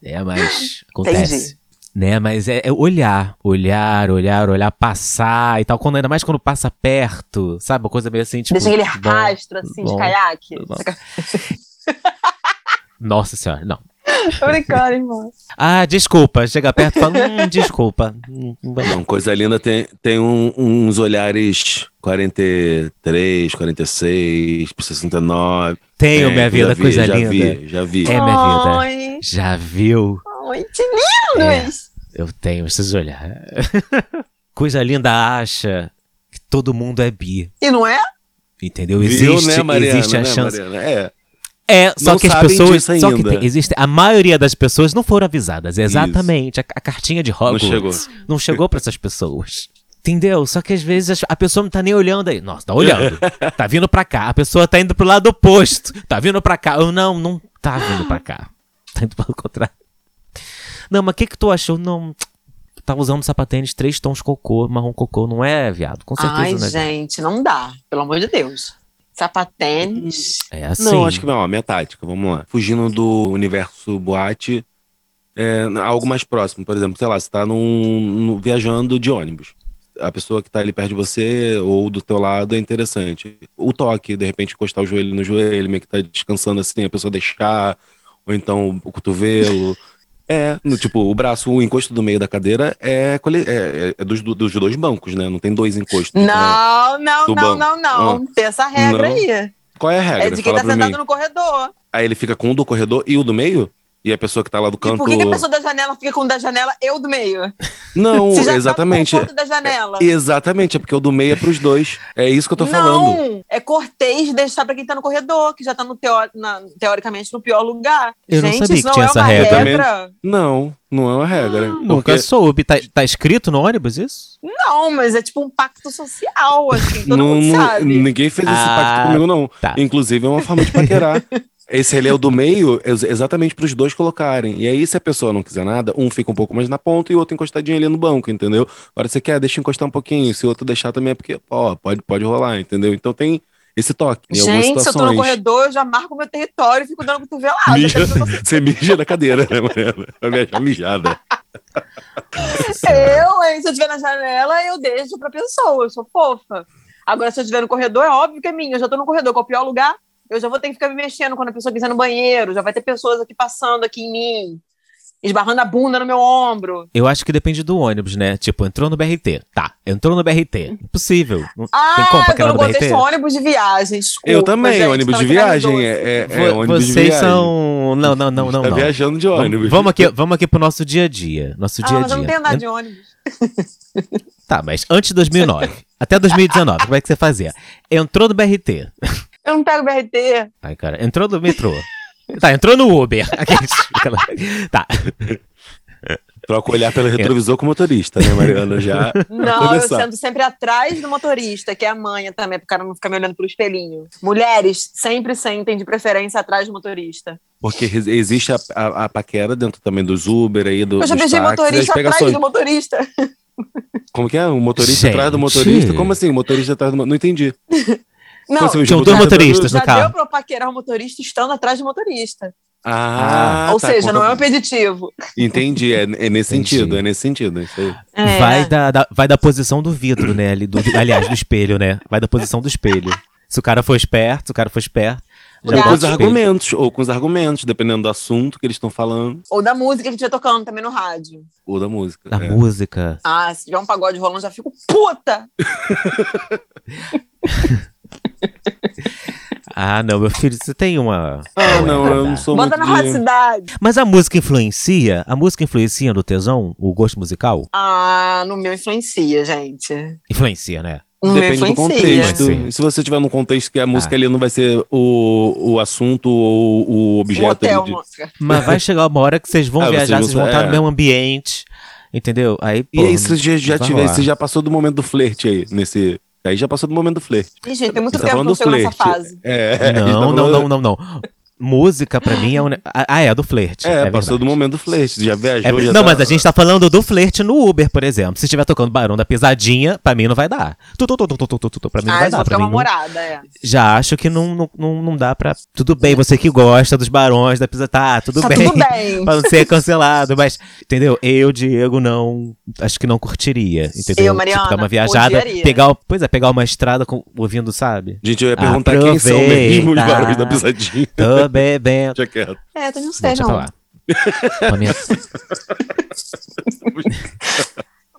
[SPEAKER 2] É, mas acontece
[SPEAKER 4] Entendi.
[SPEAKER 2] né? Mas é, é olhar, olhar, olhar, olhar, passar e tal. Quando, ainda mais quando passa perto, sabe? Uma coisa meio assim, tipo...
[SPEAKER 4] Deixa aquele
[SPEAKER 2] bom,
[SPEAKER 4] rastro, assim,
[SPEAKER 2] bom.
[SPEAKER 4] de caiaque.
[SPEAKER 2] Bom. Nossa senhora, não.
[SPEAKER 4] Tô brincando, irmão.
[SPEAKER 2] Ah, desculpa. Chega perto e fala, hum, desculpa. Hum, hum, vai lá.
[SPEAKER 3] Não, coisa linda tem, tem um- uns olhares 43, 46, 69.
[SPEAKER 2] Tenho,
[SPEAKER 3] É,
[SPEAKER 2] minha vida,
[SPEAKER 3] já vi,
[SPEAKER 2] coisa
[SPEAKER 3] já
[SPEAKER 2] linda.
[SPEAKER 3] Vi, já vi.
[SPEAKER 2] É, minha vida.
[SPEAKER 4] Ai,
[SPEAKER 2] Já viu?
[SPEAKER 4] ai, que lindos.
[SPEAKER 2] Eu tenho esses olhar. coisa linda acha que todo mundo é bi.
[SPEAKER 4] E não é?
[SPEAKER 2] Entendeu?
[SPEAKER 3] Viu,
[SPEAKER 2] Existe,
[SPEAKER 3] né, Mariana,
[SPEAKER 2] existe a
[SPEAKER 3] né,
[SPEAKER 2] chance.
[SPEAKER 3] Mariana? É.
[SPEAKER 2] É, só
[SPEAKER 3] Não
[SPEAKER 2] que as
[SPEAKER 3] sabem
[SPEAKER 2] pessoas.
[SPEAKER 3] disso
[SPEAKER 2] Só que
[SPEAKER 3] ainda.
[SPEAKER 2] tem, existe, a maioria das pessoas não foram avisadas. Exatamente. A, a cartinha de Hogwarts
[SPEAKER 3] chegou.
[SPEAKER 2] não chegou pra essas pessoas. Entendeu? Só que às vezes as- a pessoa não tá nem olhando aí. Nossa, tá olhando. Tá vindo pra cá. A pessoa tá indo pro lado oposto. Tá vindo pra cá. Eu não, não tá vindo pra cá. Tá indo pelo contrário. Não, mas o que que tu achou? Não. Tava usando sapatênis três tons cocô, marrom cocô. Não é, viado? Com certeza,
[SPEAKER 4] Ai,
[SPEAKER 2] né? viado?
[SPEAKER 4] gente, não dá. Pelo amor de Deus. Sapatênis.
[SPEAKER 2] É assim.
[SPEAKER 3] Não, acho que não. ó, Minha tática, vamos lá. Fugindo do universo boate, é, algo mais próximo. Por exemplo, sei lá, você tá num, num- viajando de ônibus. A pessoa que tá ali perto de você ou do teu lado é interessante. O toque, de repente, encostar o joelho no joelho, meio que tá descansando assim, a pessoa deixar, ou então o cotovelo. É, no, tipo, o braço, o encosto do meio da cadeira é, cole- é- é dos, dos dois bancos, né? Não tem dois encostos.
[SPEAKER 2] Hum.
[SPEAKER 3] né?
[SPEAKER 4] Não, não,
[SPEAKER 3] Do
[SPEAKER 4] não,
[SPEAKER 3] banco.
[SPEAKER 4] não, não.
[SPEAKER 2] Ah.
[SPEAKER 4] Tem essa regra
[SPEAKER 3] Não.
[SPEAKER 4] aí.
[SPEAKER 3] Qual é a regra?
[SPEAKER 4] É de quem
[SPEAKER 3] Fala
[SPEAKER 4] tá
[SPEAKER 3] pra mim.
[SPEAKER 4] sentado no corredor.
[SPEAKER 3] Aí ele fica com um do corredor e o do meio? E a pessoa que tá lá do
[SPEAKER 4] E
[SPEAKER 3] canto.
[SPEAKER 4] Tipo, por que, que a pessoa da janela fica com o da janela, eu do meio?
[SPEAKER 3] Não,
[SPEAKER 4] Você já
[SPEAKER 3] exatamente.
[SPEAKER 4] Tá com o ponto da janela.
[SPEAKER 3] Exatamente, é porque o do meio é pros dois. É isso que eu tô
[SPEAKER 4] não,
[SPEAKER 3] falando.
[SPEAKER 4] é cortês deixar pra quem tá no corredor, que já tá no teó- na- teoricamente no pior lugar.
[SPEAKER 2] Eu não
[SPEAKER 4] Gente,
[SPEAKER 2] sabia
[SPEAKER 4] isso
[SPEAKER 2] que tinha
[SPEAKER 4] não
[SPEAKER 2] essa
[SPEAKER 4] é uma
[SPEAKER 2] regra.
[SPEAKER 3] Não, não é uma regra.
[SPEAKER 2] Ah, Nunca
[SPEAKER 3] porque
[SPEAKER 2] soube. Tá, tá escrito no ônibus isso?
[SPEAKER 4] Não, mas é tipo um pacto social, assim, todo
[SPEAKER 3] não,
[SPEAKER 4] mundo
[SPEAKER 3] não-
[SPEAKER 4] sabe.
[SPEAKER 3] ninguém fez esse
[SPEAKER 2] Ah,
[SPEAKER 3] pacto comigo, não.
[SPEAKER 2] tá.
[SPEAKER 3] Inclusive, é uma forma de paquerar. Esse relé do meio é ex- exatamente pros dois colocarem. E aí, se a pessoa não quiser nada, um fica um pouco mais na ponta e o outro encostadinho ali no banco, entendeu? Agora você quer, deixa encostar um pouquinho. Se o outro deixar também é porque, ó, pode, pode rolar, entendeu? Então tem esse toque. Em algumas
[SPEAKER 4] Gente, se eu
[SPEAKER 3] situações.
[SPEAKER 4] tô no corredor, eu já marco meu território e fico dando cotovelada.
[SPEAKER 3] Mija-
[SPEAKER 4] Eu quero ver
[SPEAKER 3] Você mija na cadeira, né, Mariana? Vai me achar mijada.
[SPEAKER 4] você. Eu, hein, se eu estiver na janela, eu deixo pra pessoa, eu sou fofa. Agora, se eu estiver no corredor, é óbvio que é minha. Eu já tô no corredor, que é o pior lugar. Eu já vou ter que ficar me mexendo quando a pessoa quiser ir no banheiro. Já vai ter pessoas aqui passando aqui em mim, esbarrando a bunda no meu ombro.
[SPEAKER 2] Eu acho que depende do ônibus, né? Tipo, entrou no BRT. Tá, entrou no
[SPEAKER 3] Hum.
[SPEAKER 2] BRT. Impossível. Não-
[SPEAKER 4] Ah,
[SPEAKER 2] como pra
[SPEAKER 4] eu tô
[SPEAKER 2] aquela
[SPEAKER 4] no
[SPEAKER 2] do BRT?
[SPEAKER 4] contexto ônibus de viagem. desculpa,
[SPEAKER 3] Eu também,
[SPEAKER 4] gente,
[SPEAKER 3] ônibus
[SPEAKER 4] é tava
[SPEAKER 3] de
[SPEAKER 4] aqui na
[SPEAKER 3] viagem.
[SPEAKER 4] R12.
[SPEAKER 3] É, é, é
[SPEAKER 2] Vo-
[SPEAKER 3] ônibus de
[SPEAKER 2] Vocês
[SPEAKER 3] viagem.
[SPEAKER 2] são. Não, não, não, não.
[SPEAKER 3] tá
[SPEAKER 2] não.
[SPEAKER 3] viajando de
[SPEAKER 2] Vamos-
[SPEAKER 3] ônibus.
[SPEAKER 2] Vamos aqui, vamos aqui pro nosso dia a dia. Nosso dia
[SPEAKER 4] Ah,
[SPEAKER 2] a
[SPEAKER 4] mas eu não tenho
[SPEAKER 2] dia. né?
[SPEAKER 4] andado de ônibus.
[SPEAKER 2] Tá, mas antes de 2009. até 2019, como é que você fazia? Entrou no BRT.
[SPEAKER 4] Eu não pego BRT.
[SPEAKER 2] Ai, cara, entrou no metrô. Tá, entrou no Uber. Aqueles- aquela- tá.
[SPEAKER 3] Troca o olhar pelo retrovisor com o motorista, né, Mariana? Já.
[SPEAKER 4] Não, eu
[SPEAKER 3] começar.
[SPEAKER 4] sento sempre atrás do motorista, que é a manha também, pro cara não ficar me olhando pelo espelhinho. Mulheres sempre sentem de preferência atrás do motorista.
[SPEAKER 3] Porque res- existe a, a, a paquera dentro também dos Uber aí, do,
[SPEAKER 4] Eu já
[SPEAKER 3] dos
[SPEAKER 4] beijei
[SPEAKER 3] táxis, as
[SPEAKER 4] motorista atrás um-
[SPEAKER 3] pegações.
[SPEAKER 4] do motorista.
[SPEAKER 3] Como que é? O motorista atrás do
[SPEAKER 2] Gente.
[SPEAKER 3] motorista? Como assim? O motorista atrás do... mo- Não entendi.
[SPEAKER 4] Não,
[SPEAKER 3] Como assim, os
[SPEAKER 2] tinham dois motoristas.
[SPEAKER 4] já
[SPEAKER 2] no carro.
[SPEAKER 4] deu pra eu paquerar o motorista estando atrás do motorista.
[SPEAKER 3] Ah,
[SPEAKER 4] Ou
[SPEAKER 3] tá,
[SPEAKER 4] seja, não é um
[SPEAKER 3] conta-
[SPEAKER 4] impeditivo.
[SPEAKER 3] Entendi, é, é nesse
[SPEAKER 2] Entendi.
[SPEAKER 3] sentido, é nesse sentido. é isso aí.
[SPEAKER 4] É.
[SPEAKER 2] Vai, da, da- vai da posição do vidro, né? Ali do, aliás, do espelho, né? Vai da posição do espelho. Se o cara for esperto, se o cara for esperto. já
[SPEAKER 4] Ou
[SPEAKER 2] bota
[SPEAKER 3] Ou
[SPEAKER 4] Tá.
[SPEAKER 3] com
[SPEAKER 2] o
[SPEAKER 3] os
[SPEAKER 2] espelho.
[SPEAKER 3] argumentos, ou com os argumentos, dependendo do assunto que eles estão falando,
[SPEAKER 4] Ou da música que estiver tocando também no rádio.
[SPEAKER 3] ou da música.
[SPEAKER 2] Da
[SPEAKER 3] é.
[SPEAKER 2] música.
[SPEAKER 4] Ah, se tiver um pagode rolando, eu já fico puta!
[SPEAKER 2] Ah, não, meu filho, você tem uma.
[SPEAKER 3] Ah, não, eu não sou
[SPEAKER 4] Bota na
[SPEAKER 3] muito
[SPEAKER 4] Rádio
[SPEAKER 3] de-
[SPEAKER 4] Cidade.
[SPEAKER 2] Mas a música influencia? A música influencia no tesão? O gosto musical?
[SPEAKER 4] Ah, no meu influencia, gente.
[SPEAKER 2] Influencia, né?
[SPEAKER 4] No meu
[SPEAKER 3] Depende do
[SPEAKER 4] influencia.
[SPEAKER 3] contexto.
[SPEAKER 2] Sim.
[SPEAKER 3] Se você tiver num contexto que a música
[SPEAKER 2] Ah.
[SPEAKER 3] ali não vai ser o, o assunto ou o
[SPEAKER 4] Um
[SPEAKER 3] objeto
[SPEAKER 4] hotel,
[SPEAKER 3] ali de-
[SPEAKER 4] música.
[SPEAKER 2] Mas vai chegar uma hora que vocês vão
[SPEAKER 3] Ah, vocês
[SPEAKER 2] viajar,
[SPEAKER 3] não
[SPEAKER 2] vocês vão
[SPEAKER 3] sa-
[SPEAKER 2] estar
[SPEAKER 3] é.
[SPEAKER 2] no mesmo ambiente. Entendeu? Aí, pô,
[SPEAKER 3] E é aí, você já, já,
[SPEAKER 2] vai
[SPEAKER 3] tiver,
[SPEAKER 2] rolar.
[SPEAKER 3] você já passou do momento do flerte aí, nesse. Aí já passou do momento do flerte.
[SPEAKER 4] Ih, gente, tem muito
[SPEAKER 3] Você tá
[SPEAKER 4] tempo que
[SPEAKER 3] falando
[SPEAKER 4] eu não
[SPEAKER 3] do
[SPEAKER 4] chego nessa
[SPEAKER 3] flerte.
[SPEAKER 4] fase.
[SPEAKER 3] É, a gente tá
[SPEAKER 2] Não,
[SPEAKER 3] falando-
[SPEAKER 2] não, não, não, não. Música, pra mim, é um. ne- Ah, é, do flerte.
[SPEAKER 3] É,
[SPEAKER 2] É,
[SPEAKER 3] passou
[SPEAKER 2] verdade.
[SPEAKER 3] do momento do flerte. Já
[SPEAKER 2] É,
[SPEAKER 3] viajou, já
[SPEAKER 2] não,
[SPEAKER 3] tá-
[SPEAKER 2] mas a gente tá falando do flerte no Uber, por exemplo. Se estiver tocando Barão da Pisadinha, pra mim não vai dar. Tu, tu, tu, tu, tu, tu, tu, tu, tu,
[SPEAKER 3] Tá
[SPEAKER 2] pra mim não
[SPEAKER 4] Ah,
[SPEAKER 2] vai
[SPEAKER 4] eu
[SPEAKER 2] dar.
[SPEAKER 4] vou
[SPEAKER 2] Pra
[SPEAKER 4] ficar
[SPEAKER 2] mim, não-
[SPEAKER 4] namorada, é.
[SPEAKER 2] já acho que não, não, não, não dá pra. Tudo bem, você que gosta dos barões da Pisadinha. Tá, tudo
[SPEAKER 4] tá
[SPEAKER 2] bem.
[SPEAKER 4] tudo bem.
[SPEAKER 2] pra não ser cancelado, mas, entendeu? Eu, Diego, não. Acho que não curtiria, entendeu?
[SPEAKER 4] Eu, Mariana,
[SPEAKER 2] tipo, dar uma viajada,
[SPEAKER 4] odiaria.
[SPEAKER 2] pegar, o- pois é, pegar uma estrada com- ouvindo, sabe?
[SPEAKER 3] Gente, eu ia perguntar quem são mesmo os
[SPEAKER 2] Aproveita.
[SPEAKER 3] barulhos da pisadinha.
[SPEAKER 2] Tô bebendo.
[SPEAKER 3] Já quieto.
[SPEAKER 4] É, tu não sei,
[SPEAKER 2] Deixa pra
[SPEAKER 4] não.
[SPEAKER 2] lá. Pra minha-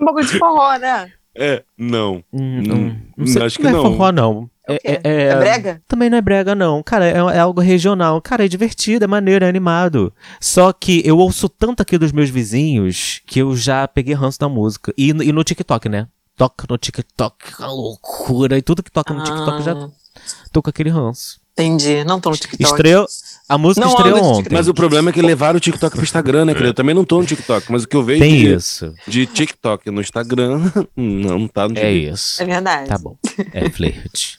[SPEAKER 4] Um pouco de forró, né?
[SPEAKER 3] É, não.
[SPEAKER 2] Hum,
[SPEAKER 3] Não,
[SPEAKER 2] hum, não, sei,
[SPEAKER 3] acho que
[SPEAKER 2] não é
[SPEAKER 3] não.
[SPEAKER 2] forró, não.
[SPEAKER 4] É o quê?
[SPEAKER 2] é-
[SPEAKER 4] É brega?
[SPEAKER 2] Também não é brega, não. Cara, é, é algo regional. Cara, é divertido, é maneiro, é animado. Só que eu ouço tanto aqui dos meus vizinhos que eu já peguei ranço da música. E, no- e no TikTok, né? Toca no TikTok, a loucura. E tudo que toca no TikTok eu já
[SPEAKER 4] Ah,
[SPEAKER 2] tô com aquele ranço.
[SPEAKER 4] Entendi. Não tô no TikTok.
[SPEAKER 2] Estreou. A música
[SPEAKER 4] Então, é Não
[SPEAKER 2] estreou
[SPEAKER 4] ando de
[SPEAKER 2] ontem.
[SPEAKER 4] TikTok.
[SPEAKER 3] Mas o problema é que levaram o TikTok pro Instagram, né, querido? Eu também não tô no TikTok, mas o que eu vejo
[SPEAKER 2] Tem
[SPEAKER 3] de,
[SPEAKER 2] isso.
[SPEAKER 3] de TikTok no Instagram, não, não tá no
[SPEAKER 2] É
[SPEAKER 3] TikTok.
[SPEAKER 2] isso.
[SPEAKER 4] É verdade.
[SPEAKER 2] Tá bom. É flerte.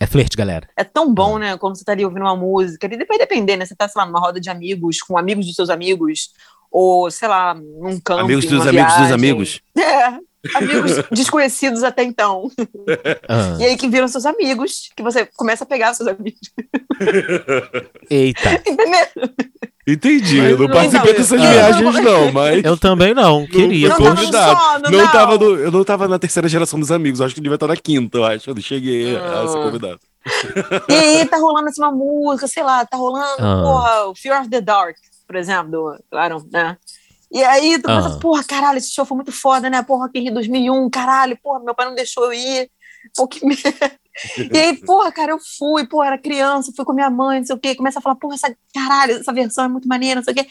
[SPEAKER 2] É flerte, galera.
[SPEAKER 4] É tão bom, né? Quando você tá ali ouvindo uma música. E vai depender, né? Você tá, sei lá, numa roda de amigos, com amigos dos seus amigos. Ou, sei lá, num campo.
[SPEAKER 3] Amigos dos amigos dos amigos.
[SPEAKER 4] É. Amigos desconhecidos até então.
[SPEAKER 2] Ah,
[SPEAKER 4] E aí que viram seus amigos, que você começa a pegar seus amigos.
[SPEAKER 2] eita.
[SPEAKER 4] Entendeu?
[SPEAKER 3] Entendi. Eu não
[SPEAKER 4] Não,
[SPEAKER 3] participei
[SPEAKER 4] não,
[SPEAKER 3] dessas
[SPEAKER 2] eu-
[SPEAKER 3] viagens, não, mas.
[SPEAKER 2] Eu também não, queria.
[SPEAKER 3] Não
[SPEAKER 4] Não
[SPEAKER 2] poxa.
[SPEAKER 3] fui
[SPEAKER 4] tava no
[SPEAKER 3] convidado.
[SPEAKER 4] sono,
[SPEAKER 3] é Não
[SPEAKER 4] não.
[SPEAKER 3] tava no- eu não tava na terceira geração dos amigos, eu acho que eu devia estar na quinta, eu acho. Eu não cheguei a
[SPEAKER 4] Ah.
[SPEAKER 3] ser convidado.
[SPEAKER 4] E aí tá rolando assim uma música, sei lá, tá rolando,
[SPEAKER 2] Ah.
[SPEAKER 4] porra, o Fear of the Dark, por exemplo, do Iron, né? E aí tu pensa,
[SPEAKER 2] Ah.
[SPEAKER 4] um, porra, caralho, esse show foi muito foda, né? Porra, Rock in Rio 2001, caralho, porra, meu pai não deixou eu ir. Pô, que merda. E aí, porra, cara, eu fui, porra, era criança, fui com minha mãe, não sei o quê. Começa a falar, porra, essa, caralho, essa versão é muito maneira, não sei o quê.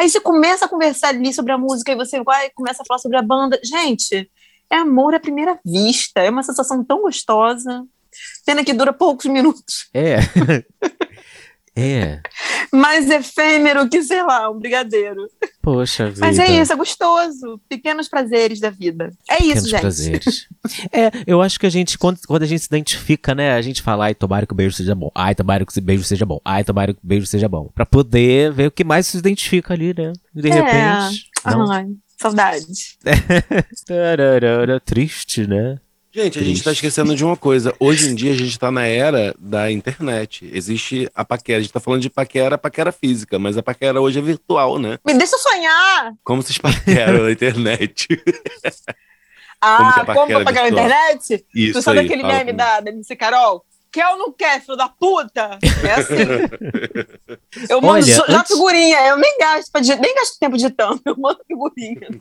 [SPEAKER 4] Aí você começa a conversar ali sobre a música e você vai, começa a falar sobre a banda. Gente, é amor à primeira vista. É uma sensação tão gostosa. Pena que dura poucos minutos.
[SPEAKER 2] É. é.
[SPEAKER 4] Mais efêmero que, sei lá, um brigadeiro.
[SPEAKER 2] Poxa vida.
[SPEAKER 4] Mas é isso, é gostoso. Pequenos prazeres da vida. É isso,
[SPEAKER 2] Pequenos
[SPEAKER 4] gente.
[SPEAKER 2] prazeres. É, eu acho que a gente, quando, quando a gente se identifica, né, a gente fala, ai, tomara que o beijo seja bom, ai, tomara que esse beijo seja bom, ai, tomara que o beijo seja bom. Pra poder ver o que mais se identifica ali, né? E de
[SPEAKER 4] É.
[SPEAKER 2] repente. Não.
[SPEAKER 4] Ai, saudade.
[SPEAKER 2] Tararara, triste, né?
[SPEAKER 3] Gente, a gente tá esquecendo de uma coisa. Hoje em dia a gente tá na era da internet. Existe a paquera. A gente tá falando de paquera, paquera física, mas a paquera hoje é virtual, né?
[SPEAKER 4] Me deixa sonhar!
[SPEAKER 3] Como vocês paqueram na internet? Como que
[SPEAKER 4] Ah,
[SPEAKER 3] é
[SPEAKER 4] como
[SPEAKER 3] paquera
[SPEAKER 4] eu pagar na
[SPEAKER 3] virtual?
[SPEAKER 4] internet?
[SPEAKER 3] Isso
[SPEAKER 4] tu sabe
[SPEAKER 3] aí,
[SPEAKER 4] aquele
[SPEAKER 3] fala
[SPEAKER 4] meme
[SPEAKER 3] comigo.
[SPEAKER 4] da, da MC Carol? Quer ou não quer, filho da puta? É assim. Eu mando
[SPEAKER 2] Olha,
[SPEAKER 4] só- já
[SPEAKER 2] antes-
[SPEAKER 4] figurinha, eu nem gasto, pra digi- nem gasto tempo digitando, eu mando figurinha. né?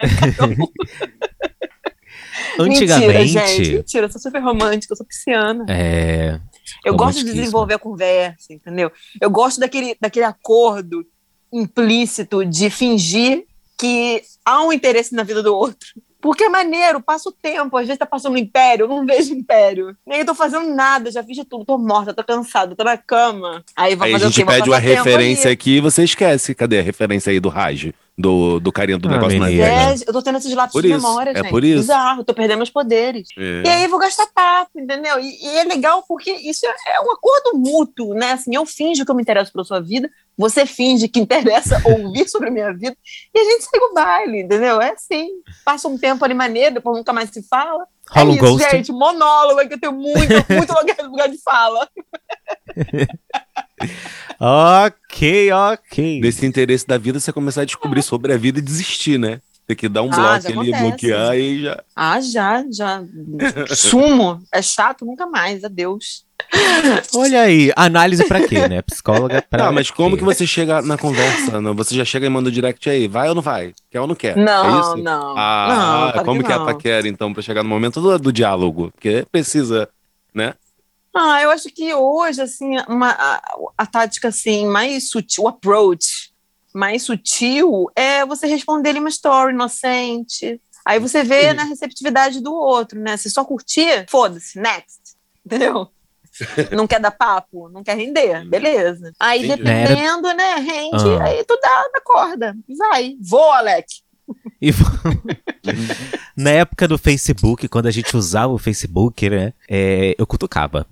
[SPEAKER 4] Mentira,
[SPEAKER 2] Antigamente.
[SPEAKER 4] gente, mentira, eu sou super romântica, eu sou pisciana.
[SPEAKER 2] é,
[SPEAKER 4] Eu gosto de
[SPEAKER 2] Romantiquíssima.
[SPEAKER 4] desenvolver a conversa, entendeu? Eu gosto daquele, daquele acordo implícito de fingir que há um interesse na vida do outro. Porque é maneiro, passa o tempo, às vezes tá passando no império, eu não vejo império. Nem eu tô fazendo nada, já fiz de tudo, tô morta, tô cansada, tô na cama. Aí vai
[SPEAKER 3] Aí a
[SPEAKER 4] fazer o quê?
[SPEAKER 3] gente
[SPEAKER 4] Vou
[SPEAKER 3] pede uma
[SPEAKER 4] passar tempo
[SPEAKER 3] referência
[SPEAKER 4] ali.
[SPEAKER 3] aqui e você esquece. Cadê a referência aí do Raj? Do, do carinha do
[SPEAKER 2] Ah,
[SPEAKER 3] negócio na
[SPEAKER 2] menina.
[SPEAKER 3] vida?
[SPEAKER 4] É, eu tô tendo esses lapsos
[SPEAKER 3] né? Por
[SPEAKER 4] de
[SPEAKER 3] isso,
[SPEAKER 4] memória,
[SPEAKER 3] é
[SPEAKER 4] gente.
[SPEAKER 3] por isso.
[SPEAKER 4] Bizarro, tô perdendo meus poderes. É.
[SPEAKER 3] É.
[SPEAKER 4] E aí eu vou gastar papo, entendeu? E, e é legal porque isso é é um acordo mútuo, né? Assim, eu finjo que eu me interesso pela sua vida, você finge que interessa ouvir sobre a minha vida, e a gente segue o baile, entendeu? É assim. Passa um tempo ali maneiro, depois nunca mais se fala.
[SPEAKER 2] Rola
[SPEAKER 4] é
[SPEAKER 2] um
[SPEAKER 4] isso,
[SPEAKER 2] ghost.
[SPEAKER 4] gente. Monólogo, é que eu tenho muito, muito lugar, lugar de fala.
[SPEAKER 2] Ok, ok.
[SPEAKER 3] Desse interesse da vida, você começar a descobrir sobre a vida e desistir, né? Tem que dar um
[SPEAKER 4] Ah,
[SPEAKER 3] bloco
[SPEAKER 4] já
[SPEAKER 3] ali,
[SPEAKER 4] acontece.
[SPEAKER 3] bloquear e já. Tá,
[SPEAKER 4] Ah, já, já. Sumo. É chato, nunca mais. Adeus.
[SPEAKER 2] Olha aí, análise pra quê, né? Psicóloga pra.
[SPEAKER 3] Tá, mas como
[SPEAKER 2] quê?
[SPEAKER 3] que você chega na conversa? Não, você já chega e manda o direct aí, vai ou não vai? Quer ou não quer? é
[SPEAKER 4] Não,
[SPEAKER 3] isso?
[SPEAKER 4] não. não,
[SPEAKER 3] Ah,
[SPEAKER 4] claro
[SPEAKER 3] como que, é a
[SPEAKER 4] não.
[SPEAKER 3] paquera, então, pra chegar no momento do, do diálogo? Porque precisa.
[SPEAKER 4] Ah, eu acho que hoje, assim, uma, a, a tática, assim, mais sutil, o approach mais sutil é você responder ali uma story inocente. Aí você vê na receptividade do outro, né? Se só curtir, foda-se, next, entendeu? Não quer dar papo, não quer render, beleza. Aí
[SPEAKER 3] Entendi.
[SPEAKER 4] dependendo, né, rende,
[SPEAKER 2] Hum. Ah.
[SPEAKER 4] aí tu dá na corda, vai, voa, Alec.
[SPEAKER 2] E vo- Na época do Facebook, quando a gente usava o Facebook, né? é, eu cutucava.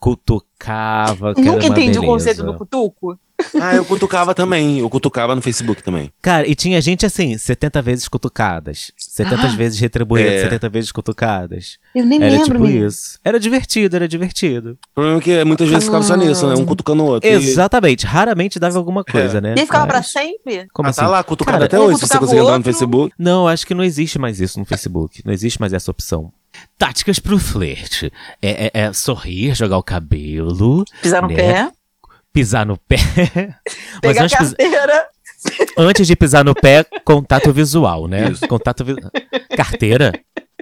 [SPEAKER 2] Cutucava. que era
[SPEAKER 4] Nunca
[SPEAKER 2] uma
[SPEAKER 4] entendi o
[SPEAKER 2] beleza.
[SPEAKER 4] conceito do cutuco.
[SPEAKER 3] Ah, eu cutucava também. Eu cutucava no Facebook também.
[SPEAKER 2] Cara, e tinha gente assim, 70 vezes cutucadas. 70
[SPEAKER 4] Ah!
[SPEAKER 2] vezes retribuídas,
[SPEAKER 3] É.
[SPEAKER 2] 70 vezes cutucadas.
[SPEAKER 4] Eu nem
[SPEAKER 2] era
[SPEAKER 4] lembro,
[SPEAKER 2] tipo
[SPEAKER 4] menino.
[SPEAKER 2] isso. Era divertido, era divertido.
[SPEAKER 3] O problema é que muitas vezes ficava só nisso,
[SPEAKER 4] Hum.
[SPEAKER 3] né? Um cutucando o outro. E, É.
[SPEAKER 2] Exatamente. Raramente dava alguma coisa, né?
[SPEAKER 4] E aí ficava
[SPEAKER 2] Mas-
[SPEAKER 4] pra sempre?
[SPEAKER 2] Como
[SPEAKER 3] ah,
[SPEAKER 2] assim?
[SPEAKER 3] tá lá, cutucando
[SPEAKER 2] Cara,
[SPEAKER 3] até
[SPEAKER 4] um
[SPEAKER 3] hoje, se você
[SPEAKER 4] cutucava o
[SPEAKER 3] conseguir entrar no
[SPEAKER 4] outro.
[SPEAKER 3] Facebook.
[SPEAKER 2] Não, acho que não existe mais isso no Facebook. Não existe mais essa opção. Táticas pro flerte. É, é- é sorrir, jogar o cabelo,
[SPEAKER 4] Pisar no
[SPEAKER 2] Né?
[SPEAKER 4] pé,
[SPEAKER 2] pisar no pé. Mas
[SPEAKER 4] pegar a
[SPEAKER 2] antes, pis-
[SPEAKER 4] carteira.
[SPEAKER 2] antes de pisar no pé, contato visual, né? Contato vi... Carteira?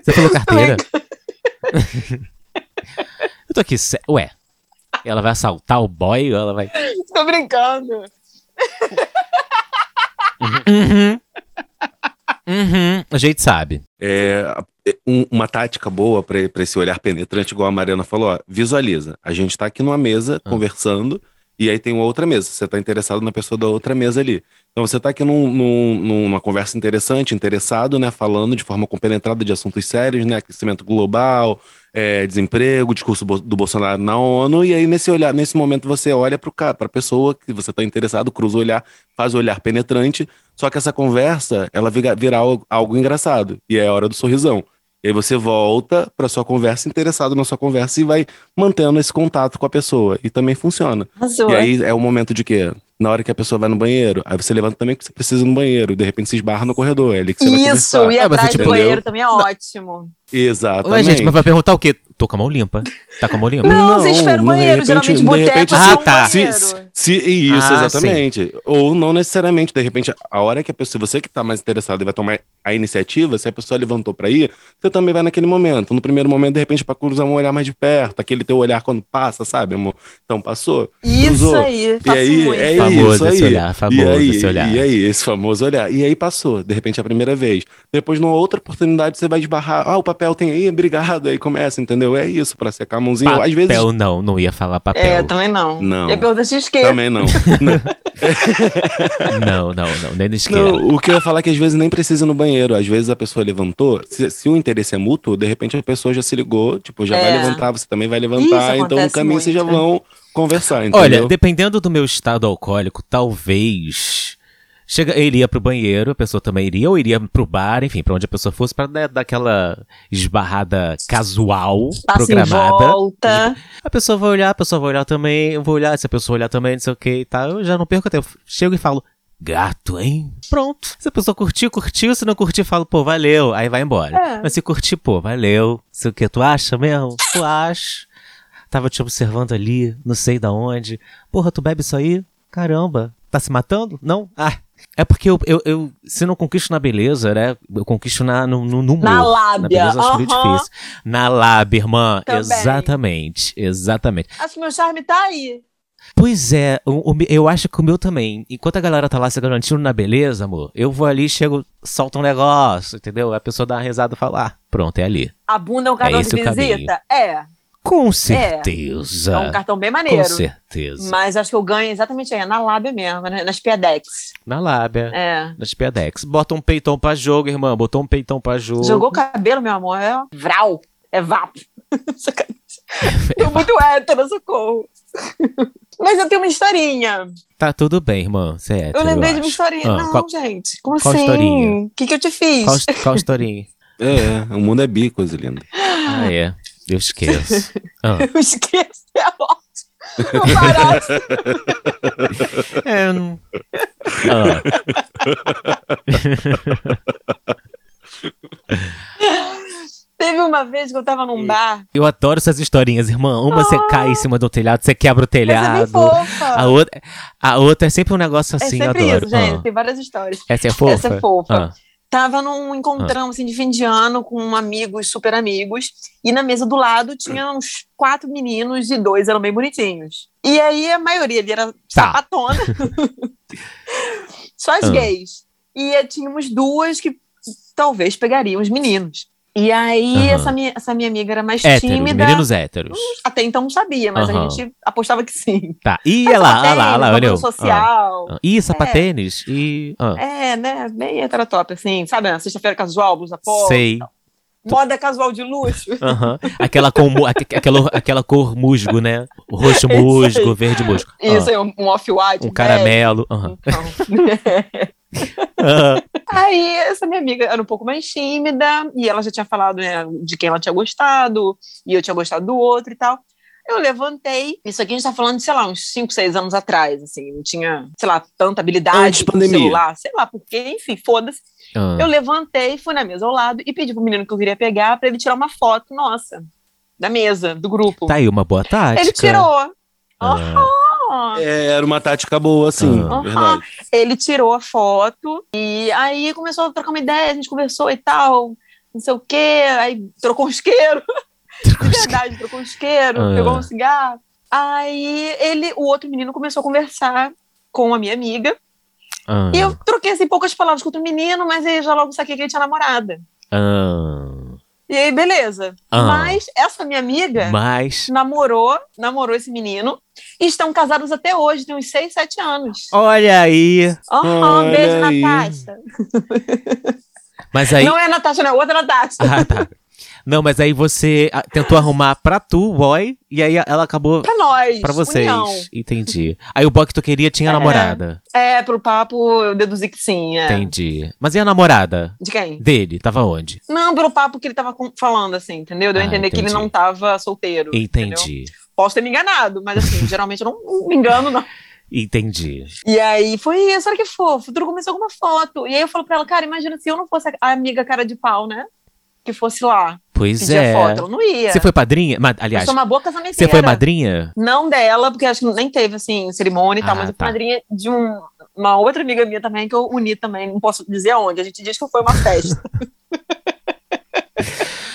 [SPEAKER 2] Você falou carteira? Eu tô aqui. sé- Ué, ela vai assaltar o boy? Ela vai.
[SPEAKER 4] Tô brincando.
[SPEAKER 2] Uhum. Uhum. A gente sabe.
[SPEAKER 3] É, um- uma tática boa pra pra esse olhar penetrante, igual a Mariana falou, ó, visualiza. A gente tá aqui numa mesa conversando e aí tem uma outra mesa. Você tá interessado na pessoa da outra mesa ali. Então você tá aqui num- num- numa conversa interessante, interessado, né? Falando de forma compenetrada de assuntos sérios, né? Aquecimento global, é, desemprego, discurso bo- do Bolsonaro na ONU. E aí nesse olhar, nesse momento você olha pro cara, pra pessoa que você tá interessado, cruza o olhar, faz o olhar penetrante. Só que essa conversa, ela vira, vira algo, algo engraçado. E é a hora do sorrisão. E aí você volta pra sua conversa, interessado na sua conversa, e vai mantendo esse contato com a pessoa. E também funciona.
[SPEAKER 4] Arrasou.
[SPEAKER 3] E aí é o momento de quê? Na hora que a pessoa vai no banheiro, aí você levanta também que você precisa ir no banheiro, e de repente se esbarra no corredor, é ali que você vai
[SPEAKER 4] Isso,
[SPEAKER 3] conversar.
[SPEAKER 4] ir
[SPEAKER 2] É, mas é
[SPEAKER 4] atrás
[SPEAKER 2] tipo-
[SPEAKER 4] do banheiro também é ótimo.
[SPEAKER 3] Exatamente.
[SPEAKER 2] Ué, gente, mas vai perguntar o quê? Tô com a mão limpa. Tá com a mão limpa?
[SPEAKER 4] Não, você espera o
[SPEAKER 3] de
[SPEAKER 4] banheiro, geralmente
[SPEAKER 3] de
[SPEAKER 4] boteco
[SPEAKER 3] repente,
[SPEAKER 2] é só um
[SPEAKER 3] tá. se,
[SPEAKER 4] banheiro.
[SPEAKER 3] se, se- Isso,
[SPEAKER 2] Ah,
[SPEAKER 3] exatamente. Ou não necessariamente, de repente, a hora que a pessoa, você que tá mais interessado e vai tomar a iniciativa, se a pessoa levantou pra ir, você também vai naquele momento. No primeiro momento, de repente, pra cruzar um olhar mais de perto, aquele teu olhar quando passa, sabe, amor? Então passou.
[SPEAKER 4] Isso
[SPEAKER 3] cruzou.
[SPEAKER 4] aí.
[SPEAKER 3] E
[SPEAKER 4] faço
[SPEAKER 3] aí,
[SPEAKER 4] muito.
[SPEAKER 3] é
[SPEAKER 2] Famoso
[SPEAKER 3] isso aí.
[SPEAKER 2] esse olhar, famoso
[SPEAKER 3] e aí,
[SPEAKER 2] esse olhar.
[SPEAKER 3] E aí, esse famoso olhar. E aí passou, de repente, a primeira vez. Depois, numa outra oportunidade, você vai esbarrar. Ah, o papel tem aí, obrigado. Aí começa, entendeu? É isso, pra secar a mãozinha.
[SPEAKER 2] Papel
[SPEAKER 3] Às vezes. tá-
[SPEAKER 2] não, não ia falar papel.
[SPEAKER 4] É, eu também não.
[SPEAKER 3] Não.
[SPEAKER 4] Eu perguntei é se esquerda.
[SPEAKER 3] Também não.
[SPEAKER 2] Não, não, não, nem no esquerda.
[SPEAKER 3] Não, o que eu ia falar é que às vezes nem precisa ir no banheiro. Às vezes a pessoa levantou. Se, se o interesse é mútuo, de repente a pessoa já se ligou, tipo, já
[SPEAKER 4] É.
[SPEAKER 3] vai levantar, você também vai
[SPEAKER 4] Isso
[SPEAKER 3] levantar. Então no
[SPEAKER 4] acontece
[SPEAKER 3] caminho vocês já
[SPEAKER 4] muito.
[SPEAKER 3] vão conversar, entendeu?
[SPEAKER 2] Olha, dependendo do meu estado alcoólico, talvez. Chega, eu iria pro banheiro, a pessoa também iria, ou iria pro bar, enfim, pra onde a pessoa fosse, pra né, dar, dar aquela esbarrada casual,
[SPEAKER 4] Passa em
[SPEAKER 2] programada.
[SPEAKER 4] volta.
[SPEAKER 2] A pessoa vai olhar, a pessoa vai olhar também, eu vou olhar, se a pessoa olhar também, não sei o que e tal, eu já não perco tempo. Chego e falo, gato, hein? Pronto. Se a pessoa curtiu, curtiu, se não curtir, falo, pô, valeu, aí vai embora.
[SPEAKER 4] É.
[SPEAKER 2] Mas se curtir, pô, valeu, não sei o que, tu acha mesmo? Tu acha. Tava te observando ali, não sei da onde. Porra, tu bebe isso aí? Caramba, tá se matando? Não? Ah, é porque eu, eu, eu- se não conquisto na beleza, né, eu conquisto na, no, no, no humor.
[SPEAKER 4] Na lábia.
[SPEAKER 2] Na beleza eu acho meio
[SPEAKER 4] Aham.
[SPEAKER 2] difícil. Na lábia, irmã.
[SPEAKER 4] Também.
[SPEAKER 2] Exatamente, exatamente.
[SPEAKER 4] Acho que meu charme tá aí.
[SPEAKER 2] Pois é, o- o me- eu acho que o meu também. Enquanto a galera tá lá se garantindo na beleza, amor, eu vou ali, chego, solto um negócio, entendeu? A pessoa dá uma risada e fala, ah, pronto, é ali.
[SPEAKER 4] A bunda é um cartão
[SPEAKER 2] esse
[SPEAKER 4] de
[SPEAKER 2] o caminho.
[SPEAKER 4] visita? É.
[SPEAKER 2] Com certeza.
[SPEAKER 4] É um cartão bem
[SPEAKER 2] Com
[SPEAKER 4] maneiro.
[SPEAKER 2] certeza.
[SPEAKER 4] Mas acho que eu ganho exatamente aí, na lábia mesmo, né? nas Piadex.
[SPEAKER 2] Na lábia,
[SPEAKER 4] É.
[SPEAKER 2] nas piadex. Bota um peitão pra jogo, irmã. Botou um peitão pra jogo.
[SPEAKER 4] Jogou o cabelo, meu amor, é vral, é vapo. Tô muito hétero, socorro. Mas eu tenho uma historinha.
[SPEAKER 2] Tá tudo bem, irmã. Você é hétero,
[SPEAKER 4] eu lembrei de uma
[SPEAKER 2] acho.
[SPEAKER 4] historinha.
[SPEAKER 2] Ah,
[SPEAKER 4] Não,
[SPEAKER 2] qual,
[SPEAKER 4] gente, como
[SPEAKER 2] qual
[SPEAKER 4] assim?
[SPEAKER 2] historinha?
[SPEAKER 4] O que, que eu te fiz?
[SPEAKER 2] qual, qual historinha?
[SPEAKER 3] É, é, o mundo é bico, linda.
[SPEAKER 2] ah, é. Eu esqueço. Ah.
[SPEAKER 4] Eu esqueci a ótimo. Não parece.
[SPEAKER 2] É, eu não... Ah.
[SPEAKER 4] Teve uma vez que eu tava num bar.
[SPEAKER 2] Eu adoro essas historinhas, irmã. Uma você cai em cima do telhado, você quebra o
[SPEAKER 4] Essa é bem
[SPEAKER 2] telhado.
[SPEAKER 4] fofa.
[SPEAKER 2] A outra, a outra é sempre um negócio
[SPEAKER 4] é
[SPEAKER 2] assim, eu
[SPEAKER 4] sempre
[SPEAKER 2] adoro.
[SPEAKER 4] isso, gente.
[SPEAKER 2] Ah,
[SPEAKER 4] Tem várias histórias.
[SPEAKER 2] Essa é fofa?
[SPEAKER 4] Essa é fofa.
[SPEAKER 2] Ah,
[SPEAKER 4] Tava num encontrão assim, de fim de ano com amigos, super amigos, e na mesa do lado tinha
[SPEAKER 2] Hum.
[SPEAKER 4] uns quatro meninos e dois eram bem bonitinhos. E aí a maioria ali
[SPEAKER 2] Tá.
[SPEAKER 4] era sapatona, só as
[SPEAKER 2] Ah.
[SPEAKER 4] gays. E eh, tínhamos duas que talvez pegariam os meninos. E aí
[SPEAKER 2] Aham.
[SPEAKER 4] essa, minha, essa minha amiga era mais
[SPEAKER 2] Héteros,
[SPEAKER 4] tímida,
[SPEAKER 2] meninos héteros.
[SPEAKER 4] até então não sabia, mas
[SPEAKER 2] Aham.
[SPEAKER 4] a gente apostava que sim.
[SPEAKER 2] Tá. Ih, olha lá, olha lá, olha lá,
[SPEAKER 4] Sapatênis,
[SPEAKER 2] olha eu.
[SPEAKER 4] contato social.
[SPEAKER 2] Ah, ah. Ih, sapatênis. E. ah,
[SPEAKER 4] É, né? Bem heterotop, assim. Sabe, na sexta-feira casual, blusa polo.
[SPEAKER 2] sei.
[SPEAKER 4] Moda casual de luxo.
[SPEAKER 2] Aham. Aquela, com, mu- aque- aquela, aquela cor musgo, né? Roxo
[SPEAKER 4] aí.
[SPEAKER 2] musgo, verde musgo. Ah,
[SPEAKER 4] Isso, aí, um, um off-white.
[SPEAKER 2] um caramelo. aham.
[SPEAKER 4] bege. Então.
[SPEAKER 2] Ah,
[SPEAKER 4] aí, essa minha amiga era um pouco mais tímida, e ela já tinha falado né, de quem ela tinha gostado, e eu tinha gostado do outro e tal. Eu levantei, isso aqui a gente tá falando, de, sei lá, uns 5, 6 anos atrás, assim, não tinha, sei lá,
[SPEAKER 3] Antes
[SPEAKER 4] tanta habilidade com o
[SPEAKER 3] pandemia.
[SPEAKER 4] celular, sei lá, porque, enfim, foda-se.
[SPEAKER 2] ah.
[SPEAKER 4] Eu levantei, fui na mesa ao lado e pedi pro menino que eu queria pegar pra ele tirar uma foto nossa, da mesa, do grupo.
[SPEAKER 2] Tá aí uma boa tática.
[SPEAKER 4] ele tirou.
[SPEAKER 2] Ah,
[SPEAKER 4] Ah.
[SPEAKER 3] É, era uma tática boa, assim,
[SPEAKER 2] Ah.
[SPEAKER 3] verdade.
[SPEAKER 4] ele tirou a foto e aí começou a trocar uma ideia, a gente conversou e tal, não sei o quê, aí trocou um isqueiro, de verdade, trocou um isqueiro,
[SPEAKER 2] Ah.
[SPEAKER 4] pegou um cigarro. Aí ele, o outro menino começou a conversar com a minha amiga
[SPEAKER 2] ah,
[SPEAKER 4] e eu troquei assim poucas palavras com o outro menino, mas aí eu já logo saquei que ele tinha namorada.
[SPEAKER 2] ah,
[SPEAKER 4] E aí, beleza.
[SPEAKER 2] Ah.
[SPEAKER 4] Mas essa minha amiga
[SPEAKER 2] Mas.
[SPEAKER 4] namorou, namorou esse menino e estão casados até hoje, tem uns 6, 7 anos.
[SPEAKER 2] Olha aí.
[SPEAKER 4] Aham,
[SPEAKER 3] Olha
[SPEAKER 4] beijo,
[SPEAKER 3] aí.
[SPEAKER 4] Natasha.
[SPEAKER 2] Mas aí.
[SPEAKER 4] Não é Natasha, não, é outra Natasha.
[SPEAKER 2] Ah, tá. Não, mas aí você ah, tentou arrumar pra tu, boy, e aí ela acabou
[SPEAKER 4] Pra nós.
[SPEAKER 2] pra vocês.
[SPEAKER 4] União.
[SPEAKER 2] Entendi. Aí o boy que tu queria tinha
[SPEAKER 4] É.
[SPEAKER 2] namorada.
[SPEAKER 4] É, pelo papo eu deduzi que sim. é.
[SPEAKER 2] Entendi. Mas e a namorada
[SPEAKER 4] De quem?
[SPEAKER 2] dele? Tava onde?
[SPEAKER 4] Não, pelo papo que ele tava com- falando, assim, entendeu? Deu
[SPEAKER 2] Ah,
[SPEAKER 4] a entender que ele
[SPEAKER 2] entendi.
[SPEAKER 4] não tava solteiro. entendeu?
[SPEAKER 2] Entendi.
[SPEAKER 4] Posso ter me enganado, mas assim, geralmente eu não me engano, não.
[SPEAKER 2] Entendi.
[SPEAKER 4] E aí foi isso, olha que fofo. Tudo começou com uma foto. E aí eu falo pra ela, cara, imagina se eu não fosse a amiga cara de pau, né? Que fosse lá
[SPEAKER 2] Pois
[SPEAKER 4] pedir
[SPEAKER 2] é.
[SPEAKER 4] a foto. Ela não ia.
[SPEAKER 2] Você foi padrinha? Ma-
[SPEAKER 4] Eu
[SPEAKER 2] aliás,
[SPEAKER 4] sou uma boa casamenteira.
[SPEAKER 2] você foi madrinha?
[SPEAKER 4] Não dela, porque acho que nem teve, assim, cerimônia e
[SPEAKER 2] Ah,
[SPEAKER 4] tal, mas eu
[SPEAKER 2] tá.
[SPEAKER 4] fui madrinha de um, uma outra amiga minha também, que eu uni também, não posso dizer aonde. A gente diz que foi uma festa.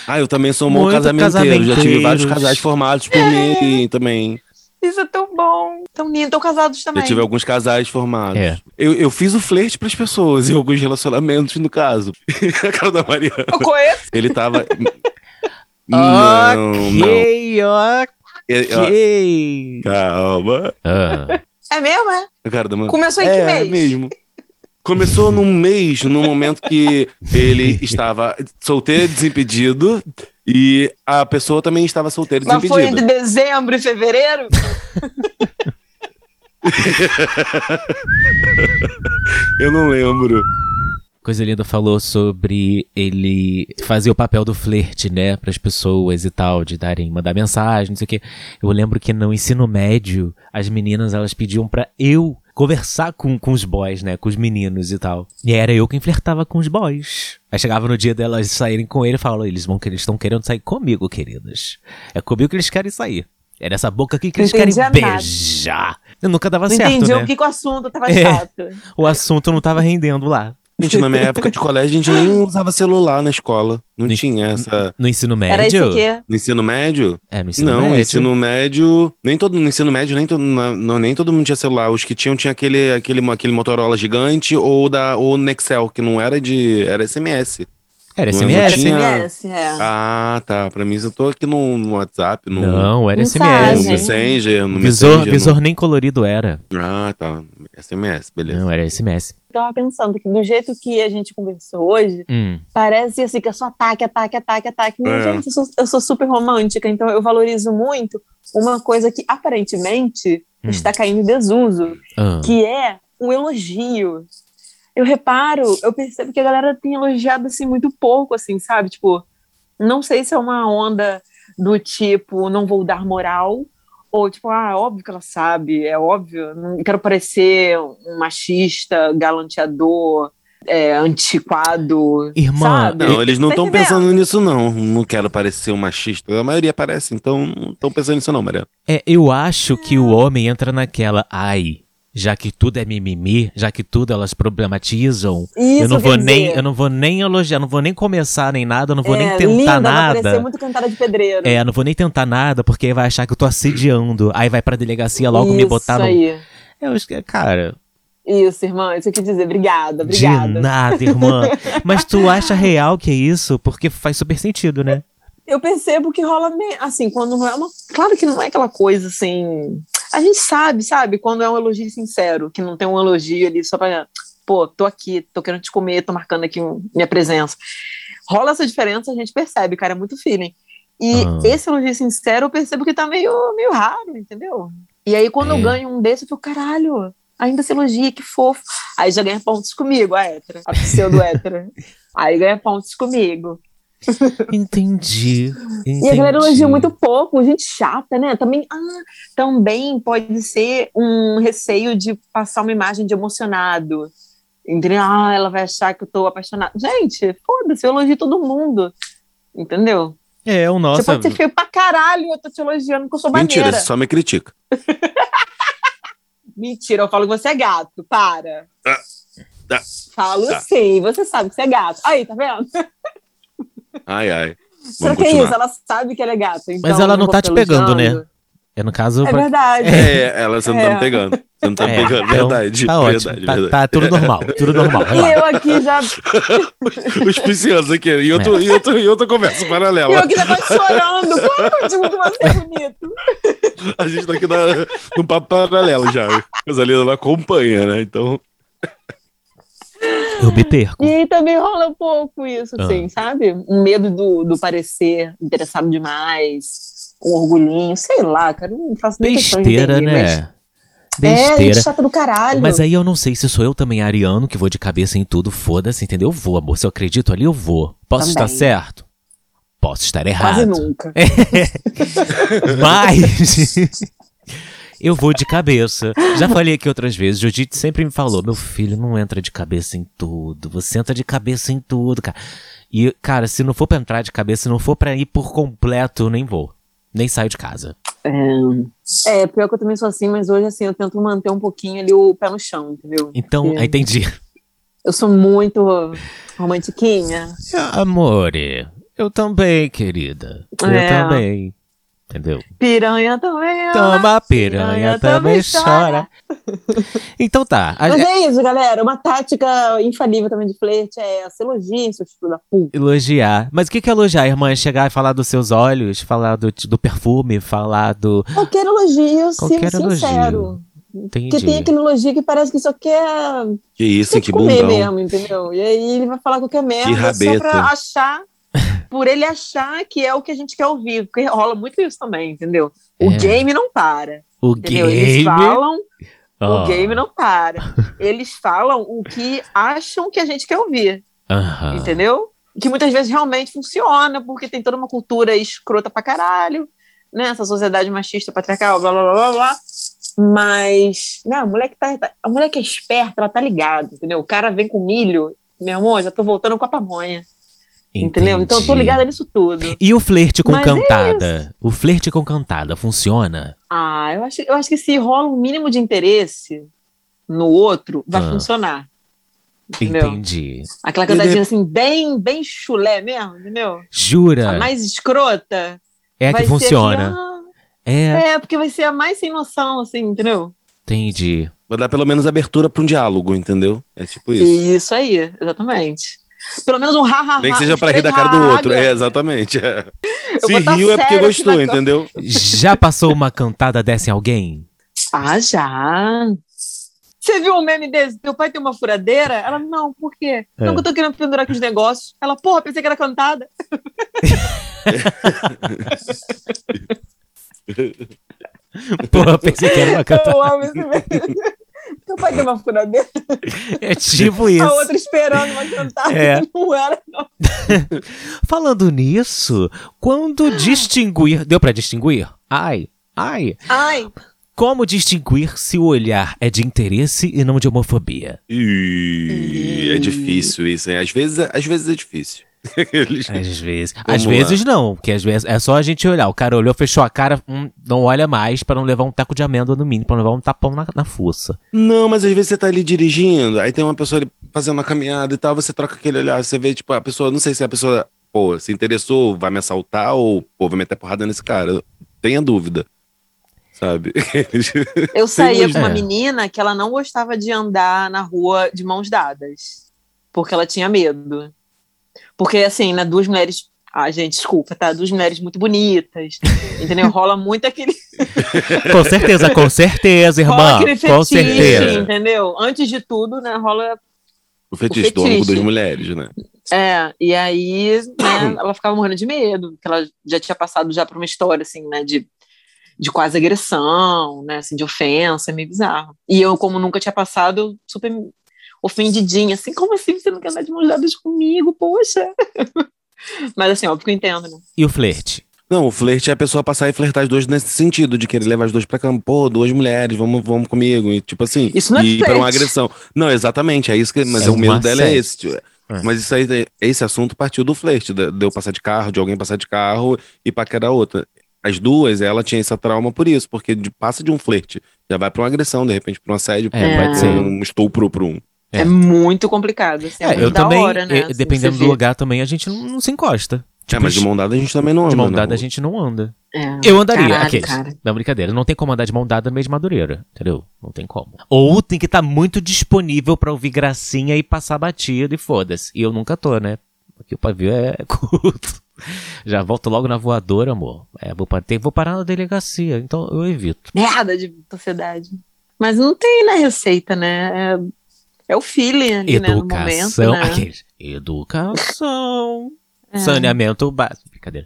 [SPEAKER 3] Ah, eu também sou um bom
[SPEAKER 2] Muito
[SPEAKER 3] casamenteiro. Já tive
[SPEAKER 2] casamenteiros.
[SPEAKER 3] vários casais formados por
[SPEAKER 4] É.
[SPEAKER 3] mim também.
[SPEAKER 4] Isso é tão bom. Tão lindo. Estão casados também.
[SPEAKER 3] Já tive alguns casais formados.
[SPEAKER 2] É.
[SPEAKER 3] Eu, eu fiz o flerte pras pessoas em alguns relacionamentos, no caso. A cara da Mariana.
[SPEAKER 4] Eu conheço.
[SPEAKER 3] Ele tava. não, não.
[SPEAKER 2] ok,
[SPEAKER 3] Ele- ó,
[SPEAKER 2] ok.
[SPEAKER 3] Calma.
[SPEAKER 2] Ah,
[SPEAKER 4] É mesmo, é?
[SPEAKER 3] A cara da Mariana.
[SPEAKER 4] Começou em que
[SPEAKER 3] é,
[SPEAKER 4] mês?
[SPEAKER 3] mesmo. Começou num mês, num momento que ele estava solteiro, desimpedido, e a pessoa também estava solteira,
[SPEAKER 4] Mas foi entre
[SPEAKER 3] desimpedida.
[SPEAKER 4] dezembro e fevereiro?
[SPEAKER 3] Eu não lembro.
[SPEAKER 2] Coisa Linda falou sobre ele fazer o papel do flerte, né, pras pessoas e tal, de darem, mandar mensagem, não sei o quê. Eu lembro que no ensino médio, as meninas, elas pediam pra eu conversar com, com os boys, né, com os meninos e tal. E era eu quem flertava com os boys. Aí chegava no dia delas saírem com ele e falava, eles vão, eles estão querendo sair comigo, queridas. É comigo que eles querem sair. É nessa boca aqui que
[SPEAKER 4] Não
[SPEAKER 2] eles querem
[SPEAKER 4] entendia nada.
[SPEAKER 2] beijar. Eu nunca dava
[SPEAKER 4] não
[SPEAKER 2] certo,
[SPEAKER 4] entendi
[SPEAKER 2] né?
[SPEAKER 4] o que, que o assunto tava
[SPEAKER 2] É.
[SPEAKER 4] chato.
[SPEAKER 2] O assunto não tava rendendo lá.
[SPEAKER 3] Gente, na minha época de colégio, a gente nem usava celular na escola. Não
[SPEAKER 2] Nem-
[SPEAKER 3] tinha essa.
[SPEAKER 2] No ensino médio.
[SPEAKER 4] Era isso aqui.
[SPEAKER 3] No ensino médio?
[SPEAKER 2] É, no ensino
[SPEAKER 3] Não,
[SPEAKER 2] médio.
[SPEAKER 3] ensino médio. Nem todo, no ensino médio, nem todo, na- não, nem todo mundo tinha celular. Os que tinham tinha aquele, aquele, aquele Motorola gigante ou da ou Nexel, que não era de. Era SMS.
[SPEAKER 2] Era
[SPEAKER 3] Não,
[SPEAKER 2] SMS?
[SPEAKER 3] tinha-
[SPEAKER 4] SMS, é.
[SPEAKER 3] Ah, tá. Pra mim, eu tô aqui no, no WhatsApp, no,
[SPEAKER 2] Não, era
[SPEAKER 4] Não
[SPEAKER 3] no
[SPEAKER 4] sabe. né?
[SPEAKER 2] SMS.
[SPEAKER 3] Messenger, no
[SPEAKER 2] Visor,
[SPEAKER 3] Messenger,
[SPEAKER 2] visor nem colorido era.
[SPEAKER 3] no- Ah, tá. SMS, beleza.
[SPEAKER 2] Não, era SMS.
[SPEAKER 4] Eu tava pensando que do jeito que a gente conversou hoje,
[SPEAKER 2] Hum.
[SPEAKER 4] parece assim que é só ataque, ataque, ataque, ataque. Mas,
[SPEAKER 3] É.
[SPEAKER 4] gente, eu sou, eu sou super romântica, então eu valorizo muito uma coisa que aparentemente
[SPEAKER 2] Hum.
[SPEAKER 4] está caindo em desuso,
[SPEAKER 2] Ah.
[SPEAKER 4] que é um elogio. Eu reparo, eu percebo que a galera tem elogiado assim muito pouco, assim, sabe? Tipo, não sei se é uma onda do tipo, não vou dar moral, ou tipo, ah, óbvio que ela sabe, é óbvio, não quero parecer um machista, galanteador, é, antiquado.
[SPEAKER 2] Irmã,
[SPEAKER 4] sabe?
[SPEAKER 3] Não, eles não
[SPEAKER 4] Tá
[SPEAKER 3] estão
[SPEAKER 4] entendendo?
[SPEAKER 3] pensando nisso, não. Não quero parecer um machista. A maioria parece, então não estão pensando nisso, não, Mariana.
[SPEAKER 2] É, eu acho que o homem entra naquela. Ai, já que tudo é mimimi, já que tudo elas problematizam.
[SPEAKER 4] Isso
[SPEAKER 2] eu não
[SPEAKER 4] quer
[SPEAKER 2] vou
[SPEAKER 4] dizer,
[SPEAKER 2] nem, eu não vou nem elogiar, não vou nem começar nem nada, eu não vou
[SPEAKER 4] é,
[SPEAKER 2] nem
[SPEAKER 4] linda,
[SPEAKER 2] tentar
[SPEAKER 4] Ela
[SPEAKER 2] nada.
[SPEAKER 4] parecia muito cantada de pedreiro.
[SPEAKER 2] É, eu não vou nem tentar nada, porque aí vai achar que eu tô assediando. Aí vai pra delegacia logo me
[SPEAKER 4] Isso
[SPEAKER 2] botar no.
[SPEAKER 4] aí.
[SPEAKER 2] Eu acho que, cara,
[SPEAKER 4] Isso, irmã, isso eu quis dizer. Obrigada,
[SPEAKER 2] De
[SPEAKER 4] obrigada.
[SPEAKER 2] nada, irmã. Mas tu acha real que é isso? Porque faz super sentido, né?
[SPEAKER 4] eu percebo que rola me- assim, quando não é uma. Claro que não é aquela coisa assim. A gente sabe, sabe, quando é um elogio sincero, que não tem um elogio ali só pra. Pô, tô aqui, tô querendo te comer, tô marcando aqui um- minha presença. Rola essa diferença, a gente percebe, cara, é muito feeling. E
[SPEAKER 2] Ah.
[SPEAKER 4] esse elogio sincero eu percebo que tá meio, meio raro, entendeu? E aí quando
[SPEAKER 2] É.
[SPEAKER 4] eu ganho um desse, eu fico, caralho, ainda se elogia, que fofo. Aí já ganha pontos comigo, a hétera, a pseudo-hétera. aí ganha pontos comigo.
[SPEAKER 2] Entendi. entendi.
[SPEAKER 4] E a galera elogia muito pouco, gente chata, né? Também, ah, também pode ser um receio de passar uma imagem de emocionado. Entendeu? Ah, ela vai achar que eu tô apaixonada. Gente, foda-se, eu elogio todo mundo. Entendeu?
[SPEAKER 2] É, o
[SPEAKER 4] Você
[SPEAKER 2] nosso.
[SPEAKER 4] pode ser feio pra caralho, eu tô te elogiando que eu sou maneira.
[SPEAKER 3] Mentira, você
[SPEAKER 4] Mentira,
[SPEAKER 3] só me critica.
[SPEAKER 4] eu falo que você é gato, para.
[SPEAKER 3] Ah, ah,
[SPEAKER 4] falo
[SPEAKER 3] tá.
[SPEAKER 4] sim, você sabe que você é gato. Aí, tá vendo?
[SPEAKER 3] Ai, ai.
[SPEAKER 4] Será que é
[SPEAKER 3] continuar.
[SPEAKER 4] isso? Ela sabe que ela é gata. então
[SPEAKER 2] ela não
[SPEAKER 4] vou
[SPEAKER 2] tá te
[SPEAKER 4] ficar
[SPEAKER 2] pegando, né?
[SPEAKER 4] elogiando.
[SPEAKER 2] É, no caso.
[SPEAKER 4] É
[SPEAKER 2] pra-
[SPEAKER 4] verdade.
[SPEAKER 3] É, ela, você não tá
[SPEAKER 4] É.
[SPEAKER 3] me pegando. Você não tá me
[SPEAKER 2] É,
[SPEAKER 3] pegando.
[SPEAKER 2] então,
[SPEAKER 3] Verdade.
[SPEAKER 2] tá ótimo.
[SPEAKER 3] verdade,
[SPEAKER 2] tá,
[SPEAKER 3] verdade.
[SPEAKER 2] tá tudo normal. Tudo normal. tá vai lá.
[SPEAKER 4] E eu aqui já
[SPEAKER 2] tá.
[SPEAKER 3] Os piscianos aqui.
[SPEAKER 2] É.
[SPEAKER 3] E outra e outro, e outra conversa
[SPEAKER 4] E eu
[SPEAKER 3] paralela.
[SPEAKER 4] aqui tava tá chorando. Como eu digo que você é bonito?
[SPEAKER 3] A gente tá aqui na, num papo paralelo já. Mas a Lina não acompanha, né? Então.
[SPEAKER 2] Eu me perco.
[SPEAKER 4] E aí também rola um pouco isso,
[SPEAKER 2] Ah.
[SPEAKER 4] assim, sabe? Um medo do, do parecer interessado demais, um orgulhinho, sei lá, cara. Não faço nem questão de
[SPEAKER 2] Besteira,
[SPEAKER 4] entender, mas-
[SPEAKER 2] né?
[SPEAKER 4] É,
[SPEAKER 2] Besteira.
[SPEAKER 4] gente chata do caralho.
[SPEAKER 2] Mas é aí eu não sei se sou eu também ariano, que vou de cabeça em tudo, foda-se, entendeu? Eu vou, amor. Se eu acredito ali, eu vou. Posso estar
[SPEAKER 4] Também.
[SPEAKER 2] certo? Posso estar
[SPEAKER 4] Quase
[SPEAKER 2] errado. É.
[SPEAKER 4] nunca.
[SPEAKER 2] Mas eu vou de cabeça. Já falei aqui outras vezes, Judite sempre me falou: meu filho, não entra de cabeça em tudo. Você entra de cabeça em tudo, cara. E, cara, se não for pra entrar de cabeça, se não for pra ir por completo, eu nem vou. Nem saio de casa.
[SPEAKER 4] É, pior que eu também sou assim, mas hoje, assim, eu tento manter um pouquinho ali o pé no chão, entendeu?
[SPEAKER 2] Então,
[SPEAKER 4] É.
[SPEAKER 2] entendi.
[SPEAKER 4] Eu sou muito romantiquinha.
[SPEAKER 2] Amore, eu também, querida. Eu
[SPEAKER 4] É.
[SPEAKER 2] também. Entendeu?
[SPEAKER 4] Piranha também. ama.
[SPEAKER 2] Toma piranha,
[SPEAKER 4] piranha
[SPEAKER 2] também
[SPEAKER 4] também
[SPEAKER 2] chora. Então tá. a-
[SPEAKER 4] Mas é isso, galera. Uma tática infalível também de flerte é essa. Elogiem seus filhos da puta.
[SPEAKER 2] Elogiar. Mas o que que é elogiar, irmã? É Chegar e falar dos seus olhos, falar do, do perfume, falar do.
[SPEAKER 4] Qualquer elogio,
[SPEAKER 2] Qualquer
[SPEAKER 4] sim, sincero.
[SPEAKER 2] elogio. Entendi.
[SPEAKER 4] Porque tem aquele elogio que parece que só quer
[SPEAKER 3] Que isso,
[SPEAKER 4] só
[SPEAKER 3] hein?
[SPEAKER 4] te
[SPEAKER 3] Que
[SPEAKER 4] comer
[SPEAKER 3] bundão.
[SPEAKER 4] mesmo, entendeu? E aí ele vai falar qualquer merda
[SPEAKER 3] Que rabeta.
[SPEAKER 4] só pra achar, por ele achar que é o que a gente quer ouvir. Porque rola muito isso também, entendeu? O
[SPEAKER 2] É.
[SPEAKER 4] game não para,
[SPEAKER 2] O
[SPEAKER 4] entendeu?
[SPEAKER 2] game.
[SPEAKER 4] Eles falam O
[SPEAKER 2] Ó,
[SPEAKER 4] game não para. Eles falam o que acham que a gente quer ouvir,
[SPEAKER 2] aham.
[SPEAKER 4] entendeu? Que muitas vezes realmente funciona, porque tem toda uma cultura escrota pra caralho, né? Essa sociedade machista, patriarcal, blá blá blá blá. blá. Mas, não, a mulher que tá, tá- a mulher que é esperta, ela tá ligada, entendeu? O cara vem com milho, meu amor, já tô voltando com a pamonha, entendeu? Então eu tô
[SPEAKER 2] Entendi.
[SPEAKER 4] ligada nisso tudo.
[SPEAKER 2] E o flerte com
[SPEAKER 4] Mas é
[SPEAKER 2] cantada? o flerte com cantada funciona?
[SPEAKER 4] Ah, eu acho, eu acho que se rola um mínimo de interesse no outro, vai
[SPEAKER 2] Ah.
[SPEAKER 4] funcionar. Entendeu?
[SPEAKER 2] Entendi.
[SPEAKER 4] Aquela cantadinha assim, bem, bem chulé mesmo, entendeu?
[SPEAKER 2] Jura?
[SPEAKER 4] A mais escrota.
[SPEAKER 2] é a que
[SPEAKER 4] Ah, vai assim,
[SPEAKER 2] funciona.
[SPEAKER 4] Ser,
[SPEAKER 2] É,
[SPEAKER 4] a que- ah, é, porque vai ser a mais sem noção, assim, entendeu?
[SPEAKER 2] entendi.
[SPEAKER 3] Vai dar pelo menos abertura pra um diálogo, entendeu? É tipo isso.
[SPEAKER 4] Isso, aí, exatamente. Pelo menos um ha-ha-ha.
[SPEAKER 3] Nem que seja pra rir da cara do outro. É, exatamente. é.
[SPEAKER 4] né? Eu
[SPEAKER 3] Se
[SPEAKER 4] vou tá
[SPEAKER 3] riu é porque
[SPEAKER 4] séria aqui
[SPEAKER 3] gostou,
[SPEAKER 4] na cama.
[SPEAKER 3] entendeu?
[SPEAKER 2] Já passou uma cantada dessa em alguém?
[SPEAKER 4] Ah, já. Você viu um meme desse? Teu pai tem uma furadeira? Ela, não, por quê?
[SPEAKER 3] É.
[SPEAKER 4] Não, que eu tô querendo pendurar aqui os negócios. Ela, porra, pensei que era cantada.
[SPEAKER 2] Porra, pensei que era uma cantada.
[SPEAKER 4] Eu amo esse meme. Teu pai tem uma furadeira?
[SPEAKER 2] É tipo
[SPEAKER 4] A
[SPEAKER 2] isso.
[SPEAKER 4] outra esperando uma cantada.
[SPEAKER 2] É.
[SPEAKER 4] Não era
[SPEAKER 2] Falando nisso,
[SPEAKER 4] Ah.
[SPEAKER 2] quando distinguir. Deu pra distinguir? Ai, ai.
[SPEAKER 4] Ai,
[SPEAKER 2] Como distinguir se o olhar é de interesse e não de homofobia?
[SPEAKER 3] Ih, é
[SPEAKER 4] Ih.
[SPEAKER 3] difícil isso, hein? Às vezes, às vezes é difícil. Eles-
[SPEAKER 2] Às vezes. às
[SPEAKER 3] lá.
[SPEAKER 2] vezes não, porque às vezes é só a gente olhar. O cara olhou, fechou a cara, hum, não olha mais pra não levar um taco de amêndoa no mínimo, pra não levar um tapão na, na força.
[SPEAKER 3] Não, mas às vezes você tá ali dirigindo, aí tem uma pessoa ali fazendo uma caminhada e tal, você troca aquele olhar, você vê, tipo, a pessoa, não sei se a pessoa, pô, se interessou, vai me assaltar ou, pô, vai meter porrada nesse cara. Tenha dúvida, sabe?
[SPEAKER 4] eu saía
[SPEAKER 3] uns-
[SPEAKER 4] com uma
[SPEAKER 2] É.
[SPEAKER 4] menina que ela não gostava de andar na rua de mãos dadas, porque ela tinha medo. Porque, assim, né, duas mulheres. Ah, gente, desculpa, tá? Duas mulheres muito bonitas, entendeu? Rola muito aquele,
[SPEAKER 2] Com certeza, com certeza,
[SPEAKER 4] rola
[SPEAKER 2] irmã.
[SPEAKER 4] aquele fetiche,
[SPEAKER 2] Com certeza.
[SPEAKER 4] entendeu? Antes de tudo, né? Rola.
[SPEAKER 3] o fetiche
[SPEAKER 4] O
[SPEAKER 3] do amigo
[SPEAKER 4] fetiche.
[SPEAKER 3] das mulheres, né?
[SPEAKER 4] É, e aí, né, ela ficava morrendo de medo, porque ela já tinha passado já por uma história, assim, né, de, de quase agressão, né, assim, de ofensa, meio bizarro. E eu, como nunca tinha passado, super ofendidinha, assim, como assim você não quer andar de mãos dadas comigo, poxa? Mas, assim, óbvio que eu entendo, né?
[SPEAKER 2] E o flerte?
[SPEAKER 3] Não, o flerte é a pessoa passar e flertar as duas nesse sentido, de querer levar as duas pra campo, pô, duas mulheres, vamos, vamos comigo, e tipo assim,
[SPEAKER 4] Isso não é
[SPEAKER 3] e pra uma
[SPEAKER 4] flerte.
[SPEAKER 3] agressão. Não, exatamente, é isso que, mas
[SPEAKER 2] É
[SPEAKER 3] o medo
[SPEAKER 2] um
[SPEAKER 3] dela é
[SPEAKER 2] assédio.
[SPEAKER 3] esse. tipo, Mas isso aí, esse assunto partiu do flerte, de, de eu passar de carro, de alguém passar de carro e paquerar a outra. As duas, ela tinha essa trauma por isso, porque de- passa de um flerte, já vai pra uma agressão, de repente pra um assédio, pra
[SPEAKER 2] É,
[SPEAKER 3] um-
[SPEAKER 2] pode
[SPEAKER 3] pra
[SPEAKER 2] ser.
[SPEAKER 3] um estupro, pra um...
[SPEAKER 2] É.
[SPEAKER 4] É, muito complicado, assim,
[SPEAKER 2] É,
[SPEAKER 4] é, muito
[SPEAKER 2] eu
[SPEAKER 4] da
[SPEAKER 2] também,
[SPEAKER 4] hora, né?
[SPEAKER 2] eh,
[SPEAKER 4] assim,
[SPEAKER 2] dependendo
[SPEAKER 4] você
[SPEAKER 2] do
[SPEAKER 4] vê.
[SPEAKER 2] lugar também, a gente não, não se encosta. Tipo,
[SPEAKER 3] É, mas de mão dada a gente também não anda. né?
[SPEAKER 2] de mão
[SPEAKER 3] não.
[SPEAKER 2] dada a gente não anda.
[SPEAKER 4] É.
[SPEAKER 2] Eu andaria,
[SPEAKER 4] Caralho,
[SPEAKER 2] aqueles.
[SPEAKER 4] cara.
[SPEAKER 2] Não, é brincadeira. Não tem como andar de mão dada no meio de madureira, entendeu? Não tem como. Ou tem que estar muito disponível pra ouvir gracinha e passar batida e foda-se. E eu nunca tô, né? Porque o pavio é curto. Já volto logo na voadora, amor. É, vou, par- tem- vou parar na delegacia, então eu evito.
[SPEAKER 4] Merda de sociedade. Mas não tem na receita, né? É, é o feeling ali, né, no
[SPEAKER 2] Educação.
[SPEAKER 4] momento, né?
[SPEAKER 2] Aqueles. Educação.
[SPEAKER 4] É.
[SPEAKER 2] Saneamento básico. Brincadeira.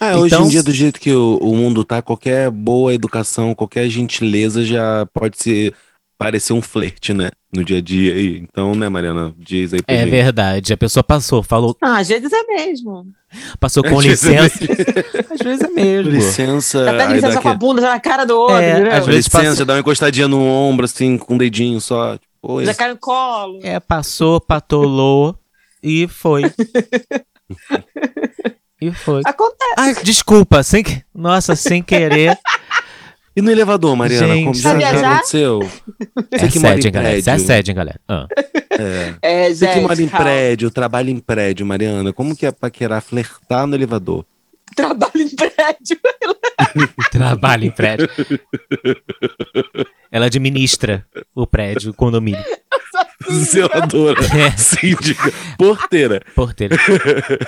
[SPEAKER 3] Ah, hoje
[SPEAKER 2] Então-
[SPEAKER 3] em dia, do jeito que o, o mundo tá, qualquer boa educação, qualquer gentileza já pode ser, parecer um flerte, né? No dia a dia aí. Então, né, Mariana? Diz aí pra
[SPEAKER 2] É
[SPEAKER 3] gente.
[SPEAKER 2] verdade. A pessoa passou, falou
[SPEAKER 4] Ah, às vezes é mesmo.
[SPEAKER 2] Passou com
[SPEAKER 3] Às vezes é
[SPEAKER 2] licença. Às vezes é
[SPEAKER 3] Com
[SPEAKER 2] mesmo.
[SPEAKER 3] Licença.
[SPEAKER 4] Já pega
[SPEAKER 3] Ah, aí é dá
[SPEAKER 4] licença com a
[SPEAKER 3] aquele-
[SPEAKER 4] bunda já na cara do outro,
[SPEAKER 2] É,
[SPEAKER 4] entendeu?
[SPEAKER 2] às
[SPEAKER 3] Com
[SPEAKER 2] vezes-
[SPEAKER 3] licença,
[SPEAKER 2] passa-
[SPEAKER 3] dá uma encostadinha no ombro, assim, com um dedinho só. Tipo, Pô,
[SPEAKER 4] Já
[SPEAKER 3] esse-
[SPEAKER 4] cai no colo.
[SPEAKER 2] É, passou, patolou e foi. e E foi.
[SPEAKER 4] Acontece.
[SPEAKER 2] Ai, desculpa, sem que... Nossa, sem querer.
[SPEAKER 3] E no elevador, Mariana,
[SPEAKER 2] Gente.
[SPEAKER 3] como já,
[SPEAKER 4] Sabe
[SPEAKER 3] já
[SPEAKER 4] viajar?
[SPEAKER 3] aconteceu?
[SPEAKER 2] É
[SPEAKER 3] Você que
[SPEAKER 2] assédio,
[SPEAKER 3] mora em
[SPEAKER 2] hein, galera. Isso é
[SPEAKER 3] prédio.
[SPEAKER 2] assédio, hein, galera. Ah.
[SPEAKER 3] É.
[SPEAKER 4] É,
[SPEAKER 3] Você que mora em
[SPEAKER 4] calma.
[SPEAKER 3] prédio, trabalha em prédio, Mariana, como que é paquerar, flertar no elevador?
[SPEAKER 4] Trabalho em prédio.
[SPEAKER 2] Trabalha em prédio. Ela administra o prédio, o condomínio.
[SPEAKER 3] Zeladora,
[SPEAKER 2] É.
[SPEAKER 3] síndica, porteira.
[SPEAKER 2] Porteiro.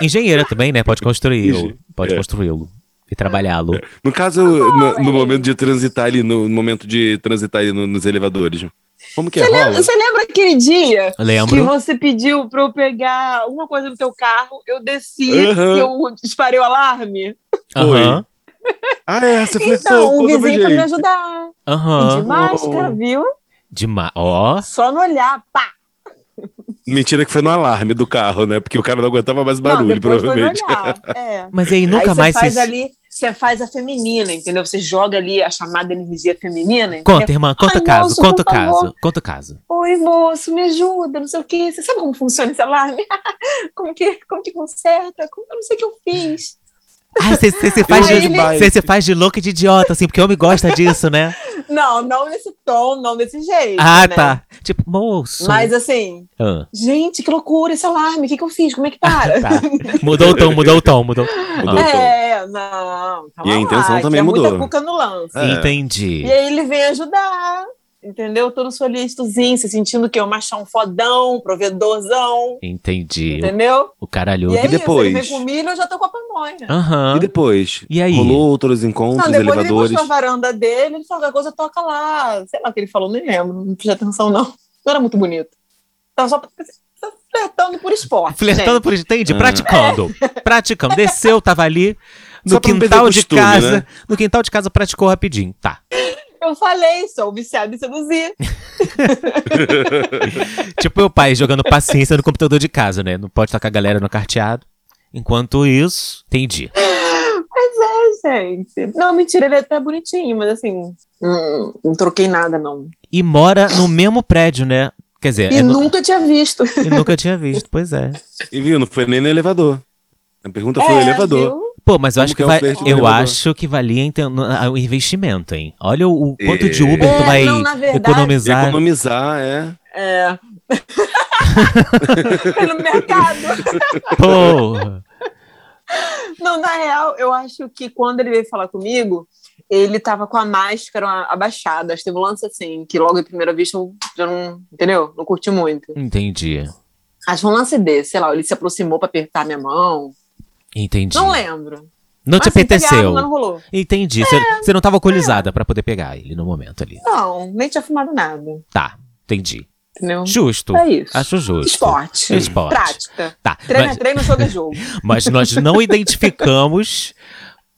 [SPEAKER 2] Engenheira também, né? Pode construí-lo.
[SPEAKER 3] Engen-
[SPEAKER 2] Pode
[SPEAKER 3] é.
[SPEAKER 2] construí-lo. E trabalhá-lo.
[SPEAKER 3] No
[SPEAKER 4] Ah,
[SPEAKER 3] caso, eu- no, no momento de transitar ali, no, no momento de transitar ali no- nos elevadores, como que é?
[SPEAKER 4] Você lembra,
[SPEAKER 3] Rola?
[SPEAKER 4] você lembra aquele dia que
[SPEAKER 2] Lembro.
[SPEAKER 4] você pediu pra eu pegar uma coisa no teu carro, eu desci
[SPEAKER 3] Aham.
[SPEAKER 4] e eu disparei o alarme?
[SPEAKER 2] Aham.
[SPEAKER 3] Ah, é, você
[SPEAKER 4] Então,
[SPEAKER 3] flertou
[SPEAKER 4] o
[SPEAKER 3] com o
[SPEAKER 4] vizinho foi me
[SPEAKER 3] jeito.
[SPEAKER 4] ajudar.
[SPEAKER 3] Ah,
[SPEAKER 4] E de
[SPEAKER 2] Aham.
[SPEAKER 3] oh,
[SPEAKER 4] máscara, viu?
[SPEAKER 2] Demais. Ó.
[SPEAKER 4] Só no olhar, pá.
[SPEAKER 3] Mentira que foi no alarme do carro, né? Porque o cara não aguentava mais
[SPEAKER 4] Não,
[SPEAKER 3] barulho,
[SPEAKER 4] depois foi no
[SPEAKER 3] provavelmente.
[SPEAKER 4] olhar. É.
[SPEAKER 2] Mas aí nunca
[SPEAKER 4] aí
[SPEAKER 2] mais
[SPEAKER 4] você faz
[SPEAKER 2] se.
[SPEAKER 4] ali, você faz a feminina, entendeu? Você joga ali a chamada energia feminina. entendeu?
[SPEAKER 2] Conta, irmã, conta
[SPEAKER 4] Ai,
[SPEAKER 2] caso,
[SPEAKER 4] moço,
[SPEAKER 2] conta
[SPEAKER 4] por favor.
[SPEAKER 2] caso, conta caso.
[SPEAKER 4] Oi, moço, me ajuda, não sei o quê. Você sabe como funciona esse alarme? como, que, como que conserta? Como, eu não sei o que eu fiz.
[SPEAKER 2] Ai, você se faz,
[SPEAKER 4] Aí
[SPEAKER 2] de-
[SPEAKER 4] ele-
[SPEAKER 2] cê se faz de louco e de idiota, assim, porque homem gosta disso, né?
[SPEAKER 4] Não, não nesse tom, não desse jeito.
[SPEAKER 2] Ah,
[SPEAKER 4] né?
[SPEAKER 2] tá. Tipo, moço.
[SPEAKER 4] Mas assim,
[SPEAKER 2] Ah,
[SPEAKER 4] gente, que loucura esse alarme. O que, que eu fiz? Como é que
[SPEAKER 3] Ah,
[SPEAKER 4] para?
[SPEAKER 2] tá. Mudou o tom, mudou o tom, mudou.
[SPEAKER 3] Mudou.
[SPEAKER 4] É, não.
[SPEAKER 3] E
[SPEAKER 4] Calma
[SPEAKER 3] a intenção
[SPEAKER 4] lá, que
[SPEAKER 3] também
[SPEAKER 4] é
[SPEAKER 3] mudou.
[SPEAKER 4] Muita cuca no lance.
[SPEAKER 3] É.
[SPEAKER 2] Entendi.
[SPEAKER 4] E aí ele vem ajudar, entendeu? Todo solícitozinho, se sentindo que é um machão fodão, provedorzão,
[SPEAKER 2] Entendi.
[SPEAKER 4] entendeu?
[SPEAKER 2] O caralho.
[SPEAKER 4] E é
[SPEAKER 3] E depois?
[SPEAKER 4] isso, ele vem com milho, eu já tô com a pamonha.
[SPEAKER 2] Aham.
[SPEAKER 3] E depois?
[SPEAKER 2] E aí?
[SPEAKER 3] Rolou outros encontros,
[SPEAKER 4] Não, depois ele
[SPEAKER 3] elevadores.
[SPEAKER 4] mostrou a varanda dele, ele falou, qualquer coisa toca lá. Sei lá o que ele falou, nem lembro, não prestei atenção não. Não era muito bonito. Tava só só flertando por esporte,
[SPEAKER 2] Flertando
[SPEAKER 4] gente.
[SPEAKER 2] por entende?
[SPEAKER 3] Ah.
[SPEAKER 2] Praticando. Praticando. Desceu, tava ali. No
[SPEAKER 3] Só pra não
[SPEAKER 2] quintal
[SPEAKER 3] perder
[SPEAKER 2] de
[SPEAKER 3] costume,
[SPEAKER 2] casa.
[SPEAKER 3] né?
[SPEAKER 2] No quintal de casa praticou rapidinho. Tá.
[SPEAKER 4] Eu falei, sou viciado em seduzir.
[SPEAKER 2] Tipo meu pai jogando paciência no computador de casa, né? Não pode estar com a galera no carteado. Enquanto isso, entendi.
[SPEAKER 4] É, gente. Não, mentira, ele é até bonitinho, mas assim, hum, não troquei nada, não.
[SPEAKER 2] E mora no mesmo prédio, né? Quer dizer,
[SPEAKER 4] E
[SPEAKER 2] é no-
[SPEAKER 4] nunca tinha visto.
[SPEAKER 2] e nunca tinha visto, pois é.
[SPEAKER 3] E viu, não foi nem no elevador. A pergunta foi no elevador.
[SPEAKER 4] É, viu?
[SPEAKER 2] Pô, mas eu
[SPEAKER 3] Como
[SPEAKER 2] acho
[SPEAKER 3] que
[SPEAKER 2] que,
[SPEAKER 3] é o
[SPEAKER 2] vai,
[SPEAKER 3] flerte do
[SPEAKER 2] eu
[SPEAKER 3] elevador?
[SPEAKER 2] acho que valia então, no- a- o investimento, hein? Olha o, o quanto de
[SPEAKER 3] É.
[SPEAKER 2] Uber tu
[SPEAKER 4] É,
[SPEAKER 2] vai
[SPEAKER 4] não, na verdade-
[SPEAKER 3] E
[SPEAKER 2] economizar.
[SPEAKER 3] economizar, é.
[SPEAKER 4] É. no mercado.
[SPEAKER 2] Porra.
[SPEAKER 4] Não, na real, eu acho que quando ele veio falar comigo, ele tava com a máscara a- abaixada. Acho que teve um lance assim, que logo à primeira vista eu já não, entendeu? Não curti muito.
[SPEAKER 2] Entendi.
[SPEAKER 4] Acho um lance desse, sei lá, ele se aproximou pra apertar minha mão.
[SPEAKER 2] Entendi.
[SPEAKER 4] Não é lembro.
[SPEAKER 2] Não te
[SPEAKER 4] Mas, assim,
[SPEAKER 2] apeteceu.
[SPEAKER 4] pegava, mas não rolou.
[SPEAKER 2] Entendi. Você
[SPEAKER 4] É.
[SPEAKER 2] você não tava alcoolizada pra poder pegar ele no momento ali.
[SPEAKER 4] Não, nem tinha fumado nada,
[SPEAKER 2] Tá, entendi.
[SPEAKER 4] entendeu?
[SPEAKER 2] Justo.
[SPEAKER 4] É isso.
[SPEAKER 2] Acho justo.
[SPEAKER 4] Esporte.
[SPEAKER 2] Esporte.
[SPEAKER 4] Prática.
[SPEAKER 2] Tá,
[SPEAKER 4] Treino é
[SPEAKER 2] mas,
[SPEAKER 4] treino, jogo é jogo.
[SPEAKER 2] mas nós não identificamos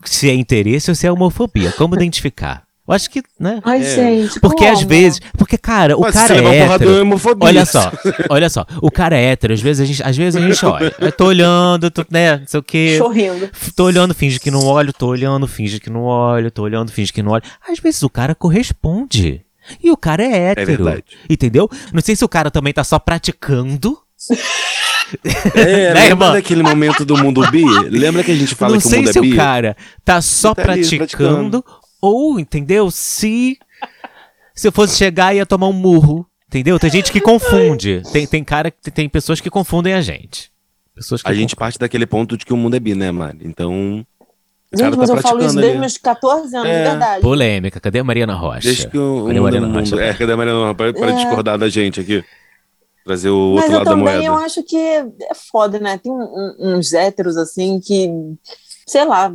[SPEAKER 2] se é interesse ou se é homofobia. Como identificar? Eu acho que, né?
[SPEAKER 4] Ai,
[SPEAKER 3] É.
[SPEAKER 4] gente.
[SPEAKER 2] Porque às
[SPEAKER 4] como? né?
[SPEAKER 2] vezes. Porque, cara, o
[SPEAKER 3] Mas
[SPEAKER 2] cara
[SPEAKER 3] se levar
[SPEAKER 2] é
[SPEAKER 3] uma porrada, é
[SPEAKER 2] hétero.
[SPEAKER 3] homofobia.
[SPEAKER 2] Olha só, olha só. O cara é hétero, às vezes a gente, às vezes a gente olha. Eu tô olhando, tô, né? Não sei o quê.
[SPEAKER 4] Sorrindo.
[SPEAKER 2] Tô olhando, finge que não olho, tô olhando, finge que não olho, tô olhando, finge que não olho. Às vezes o cara corresponde. E o cara é
[SPEAKER 3] É
[SPEAKER 2] hétero.
[SPEAKER 3] verdade.
[SPEAKER 2] entendeu? Não sei se o cara também tá só praticando.
[SPEAKER 3] É,
[SPEAKER 2] Né, irmã?
[SPEAKER 3] lembra daquele momento do mundo bi? Lembra que a gente fala
[SPEAKER 2] não
[SPEAKER 3] que o
[SPEAKER 2] sei
[SPEAKER 3] mundo
[SPEAKER 2] se
[SPEAKER 3] é bi?
[SPEAKER 2] o cara tá só
[SPEAKER 3] Tá ali,
[SPEAKER 2] praticando, ou, entendeu? Se se eu fosse chegar ia tomar um murro, entendeu? Tem gente que confunde. Tem, tem cara tem, tem pessoas que confundem a gente. Pessoas que
[SPEAKER 3] A gente parte daquele ponto de que o mundo é bi, né, Mari? Então, o
[SPEAKER 4] Gente,
[SPEAKER 3] cara
[SPEAKER 4] mas
[SPEAKER 3] tá
[SPEAKER 4] eu falo isso
[SPEAKER 3] praticando
[SPEAKER 4] desde
[SPEAKER 3] ali.
[SPEAKER 4] meus 14 anos,
[SPEAKER 3] É.
[SPEAKER 4] de verdade.
[SPEAKER 2] Polêmica, cadê a Mariana Rocha?
[SPEAKER 3] Desde que
[SPEAKER 2] Cadê a
[SPEAKER 3] o mundo é
[SPEAKER 2] Mariana
[SPEAKER 3] um mundo.
[SPEAKER 2] Rocha?
[SPEAKER 3] É, cadê a Mariana Rocha? Pra, pra
[SPEAKER 4] É.
[SPEAKER 3] discordar da gente aqui. Trazer o
[SPEAKER 4] Mas
[SPEAKER 3] outro
[SPEAKER 4] eu
[SPEAKER 3] lado da
[SPEAKER 4] também eu
[SPEAKER 3] moeda.
[SPEAKER 4] acho que é foda, né? Tem um- um- uns héteros assim que, sei lá,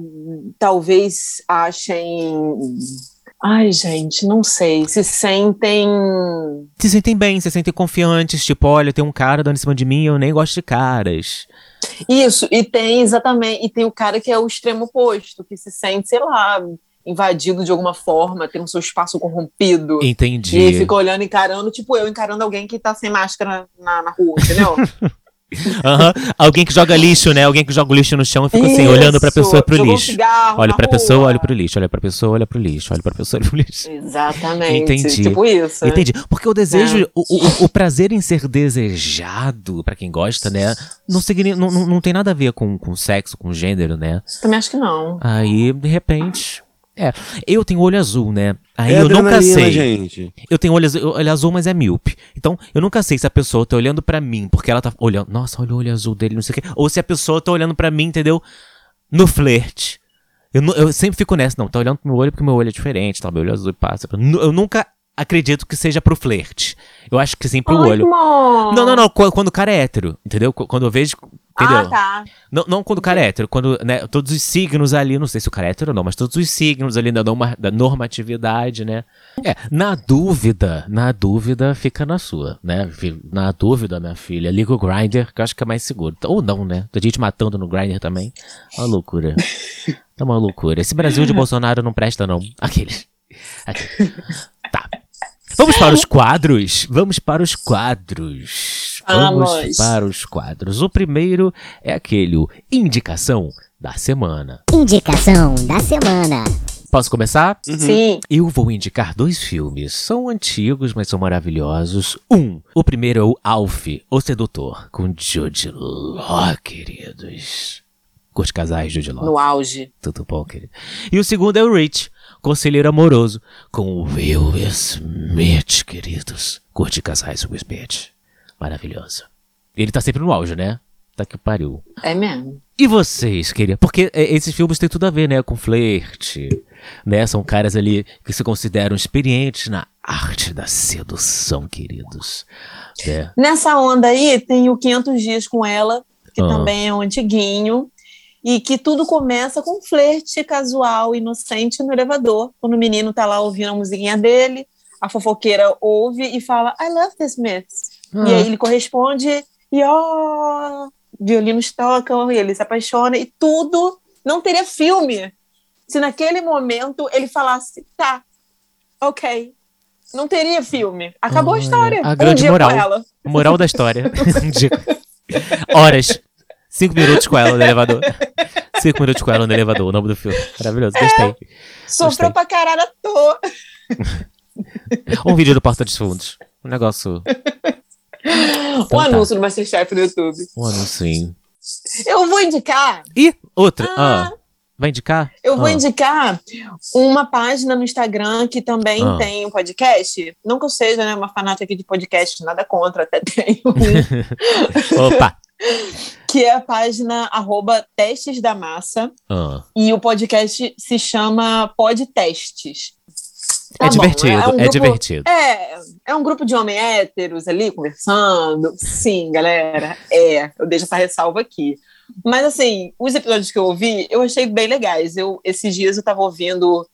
[SPEAKER 4] talvez achem. Ai, gente, não sei. Se sentem.
[SPEAKER 2] se sentem bem, se sentem confiantes, tipo, olha, tem um cara dando em cima de mim, eu nem gosto de caras.
[SPEAKER 4] Isso, e tem exatamente. E tem o cara que é o extremo oposto, que se sente, sei lá, invadido de alguma forma, tem o seu espaço corrompido. E aí
[SPEAKER 2] Entendi.
[SPEAKER 4] fica olhando, encarando, tipo eu encarando alguém que tá sem máscara na, na rua, entendeu?
[SPEAKER 2] Aham. Alguém que joga lixo, né? Alguém que joga o lixo no chão e fica assim, olhando pra pessoa e pro
[SPEAKER 4] Jogou um
[SPEAKER 2] lixo.
[SPEAKER 4] cigarro
[SPEAKER 2] Olha
[SPEAKER 4] na
[SPEAKER 2] pra
[SPEAKER 4] rua.
[SPEAKER 2] pessoa, olha pro lixo, olha pra pessoa, olha pro lixo, olha pra pessoa, olha pro lixo.
[SPEAKER 4] Exatamente.
[SPEAKER 2] Entendi.
[SPEAKER 4] Tipo isso.
[SPEAKER 2] Entendi. Porque o desejo,
[SPEAKER 3] né?
[SPEAKER 2] o, o- o prazer em ser desejado, pra quem gosta, né? Não, signi- não, não, não tem nada a ver com, com sexo, com gênero, né?
[SPEAKER 4] Também acho que não.
[SPEAKER 2] Aí, de repente. É. Eu tenho olho azul, né? Aí
[SPEAKER 3] É
[SPEAKER 2] eu nunca
[SPEAKER 3] adrenalina,
[SPEAKER 2] sei.
[SPEAKER 3] gente.
[SPEAKER 2] Eu tenho olho azul, olho azul, mas é míope. Então, eu nunca sei se a pessoa tá olhando pra mim, porque ela tá olhando, nossa, olha o olho azul dele, não sei o quê. Ou se a pessoa tá olhando pra mim, entendeu? No flerte. Eu, nu- eu sempre fico nessa, não, tá olhando pro meu olho porque meu olho é diferente, tá? Meu olho azul e passa. Eu nu- eu nunca acredito que seja pro flerte. Eu acho que sim pro
[SPEAKER 4] Ai,
[SPEAKER 2] olho.
[SPEAKER 4] amor.
[SPEAKER 2] Não, não, não, qu- quando o cara é hétero, entendeu? Qu- Quando eu vejo. Entendeu?
[SPEAKER 4] Ah, tá.
[SPEAKER 2] Não, não quando o cara é hétero, quando né, todos os signos ali, não sei se o cara é hétero ou não, mas todos os signos ali da, norma- da normatividade, né? É, na dúvida, na dúvida fica na sua, né? Fi- Na dúvida, minha filha, liga o grinder, que eu acho que é mais seguro. Ou não, né? Tem gente matando no grinder também. Uma loucura. É uma loucura. Esse Brasil de Bolsonaro não presta, não. Aqueles. Aqueles. Tá. Vamos para os quadros? Vamos para os quadros. Vamos
[SPEAKER 4] Vamos.
[SPEAKER 2] para os quadros. O primeiro é aquele o Indicação da Semana.
[SPEAKER 5] Indicação da semana.
[SPEAKER 2] Posso começar?
[SPEAKER 4] Sim.
[SPEAKER 2] Eu vou indicar dois filmes. São antigos, mas são maravilhosos. Um, o primeiro é o Alf, O Sedutor, com Jude Law, queridos. Curte casais, Jude Law.
[SPEAKER 4] No auge.
[SPEAKER 2] Tudo bom, querido? E o segundo é o Rich, Conselheiro Amoroso, com Will Smith, queridos. Curte casais Will Smith. Maravilhoso. Ele tá sempre no auge, né? Tá que pariu.
[SPEAKER 4] É mesmo.
[SPEAKER 2] E vocês, queria? Porque é, esses filmes têm tudo a ver, né? Com flerte, né? São caras ali que se consideram experientes na arte da sedução, queridos. Né?
[SPEAKER 4] Nessa onda aí, tem o 500 Dias com Ela, que
[SPEAKER 2] Ah.
[SPEAKER 4] também é um antiguinho. E que tudo começa com um flerte casual, inocente no elevador. Quando o menino tá lá ouvindo a musiquinha dele, a fofoqueira ouve e fala: I love this miss. E
[SPEAKER 2] Ah.
[SPEAKER 4] aí ele corresponde e ó, violinos tocam e ele se apaixona e tudo não teria filme se naquele momento ele falasse tá, ok, não teria filme, acabou
[SPEAKER 2] Olha,
[SPEAKER 4] a história.
[SPEAKER 2] a grande
[SPEAKER 4] um dia
[SPEAKER 2] moral.
[SPEAKER 4] com ela.
[SPEAKER 2] Ah, Moral da história. Dica. Horas. Cinco minutos com ela no elevador. Cinco minutos com ela no elevador, o nome do filme. Maravilhoso, gostei.
[SPEAKER 4] Sofreu
[SPEAKER 2] Gostei.
[SPEAKER 4] pra caralho à toa.
[SPEAKER 2] Um vídeo do Porta dos Fundos. Um negócio.
[SPEAKER 4] Um
[SPEAKER 2] tá.
[SPEAKER 4] anúncio do Masterchef no YouTube.
[SPEAKER 2] Um anúncio.
[SPEAKER 4] Eu vou indicar
[SPEAKER 2] E outra.
[SPEAKER 4] Ah.
[SPEAKER 2] Ah. vai indicar?
[SPEAKER 4] Eu vou
[SPEAKER 2] Ah.
[SPEAKER 4] indicar uma página no Instagram que também
[SPEAKER 2] Ah.
[SPEAKER 4] tem um podcast. Não que eu seja né, uma fanática aqui de podcast, nada contra, até tenho um,
[SPEAKER 2] Opa!
[SPEAKER 4] que é a página arroba Testes da Massa.
[SPEAKER 2] Ah.
[SPEAKER 4] E o podcast se chama Pod Testes. Tá
[SPEAKER 2] é
[SPEAKER 4] bom,
[SPEAKER 2] divertido, é,
[SPEAKER 4] um grupo-
[SPEAKER 2] divertido.
[SPEAKER 4] É, é um grupo de homens héteros ali conversando. Sim, galera, é. Eu deixo essa ressalva aqui. Mas, assim, os episódios que eu ouvi, eu achei bem legais. Eu, esses dias eu tava ouvindo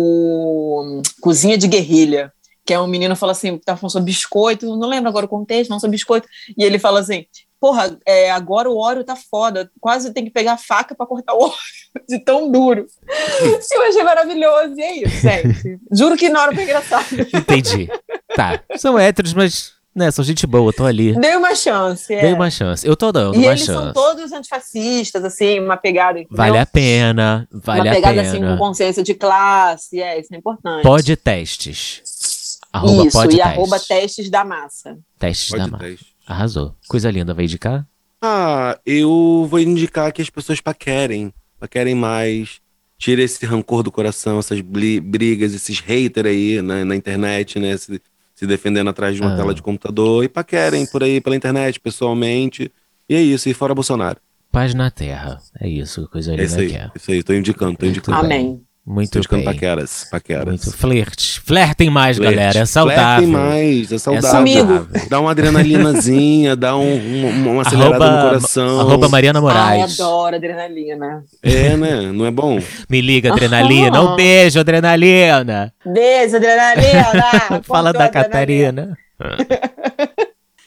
[SPEAKER 4] o Cozinha de Guerrilha, que é um menino que fala assim, tá falando sobre biscoito, não lembro agora o contexto, não sobre biscoito. E ele fala assim, porra, é, agora o óleo tá foda, quase tem que pegar a faca pra cortar o óleo de tão duro. Eu achei maravilhoso, e é isso, gente. Juro que na hora foi engraçado.
[SPEAKER 2] Entendi. tá. São héteros, mas, né, são gente boa, tô ali.
[SPEAKER 4] Dei uma chance. é.
[SPEAKER 2] Dei uma chance. Eu tô dando
[SPEAKER 4] e
[SPEAKER 2] uma
[SPEAKER 4] eles
[SPEAKER 2] chance.
[SPEAKER 4] são todos antifascistas, assim, uma pegada. entendeu?
[SPEAKER 2] Vale a pena, vale
[SPEAKER 4] uma
[SPEAKER 2] a
[SPEAKER 4] pegada
[SPEAKER 2] pena.
[SPEAKER 4] assim com consciência de classe, é, isso é importante.
[SPEAKER 2] Pode testes. Arroba
[SPEAKER 4] isso,
[SPEAKER 2] pode
[SPEAKER 4] e
[SPEAKER 2] testes.
[SPEAKER 4] arroba testes da massa.
[SPEAKER 2] Testes da
[SPEAKER 3] Pode
[SPEAKER 2] Mar.
[SPEAKER 3] dez.
[SPEAKER 2] Arrasou. Coisa linda, vai indicar?
[SPEAKER 3] Ah, eu vou indicar que as pessoas paquerem. Paquerem mais. Tira esse rancor do coração, essas bli- brigas, esses haters aí na, na internet, né? Se, se defendendo atrás de uma
[SPEAKER 2] Ah.
[SPEAKER 3] tela de computador. E paquerem por aí, pela internet, pessoalmente. E é isso, e fora Bolsonaro.
[SPEAKER 2] Paz na Terra. É isso, coisa
[SPEAKER 3] É
[SPEAKER 2] linda
[SPEAKER 3] isso
[SPEAKER 2] que
[SPEAKER 3] aí,
[SPEAKER 2] é.
[SPEAKER 3] isso aí. Tô indicando, tô
[SPEAKER 2] Muito
[SPEAKER 3] indicando.
[SPEAKER 2] bem.
[SPEAKER 4] Amém.
[SPEAKER 2] Muito
[SPEAKER 3] Tô indicando
[SPEAKER 2] bem.
[SPEAKER 3] paqueras, paqueras.
[SPEAKER 2] Muito flerte. Flertem mais,
[SPEAKER 3] Flerte.
[SPEAKER 2] galera. É
[SPEAKER 3] Flertem
[SPEAKER 2] saudável.
[SPEAKER 3] mais, é
[SPEAKER 2] É
[SPEAKER 3] saudável.
[SPEAKER 2] saudável.
[SPEAKER 3] Dá uma adrenalinazinha, dá um, um, uma- uma acelerada
[SPEAKER 2] Arroba,
[SPEAKER 3] no coração.
[SPEAKER 2] arroba Mariana
[SPEAKER 4] Ai,
[SPEAKER 2] Moraes.
[SPEAKER 4] adoro adrenalina.
[SPEAKER 3] É, né? Não é bom?
[SPEAKER 2] Me liga, adrenalina.
[SPEAKER 4] Aham.
[SPEAKER 2] Um beijo, adrenalina.
[SPEAKER 4] Beijo, adrenalina!
[SPEAKER 2] Fala
[SPEAKER 4] Cortou a
[SPEAKER 2] da
[SPEAKER 4] Tá adrenalina.
[SPEAKER 2] Catarina.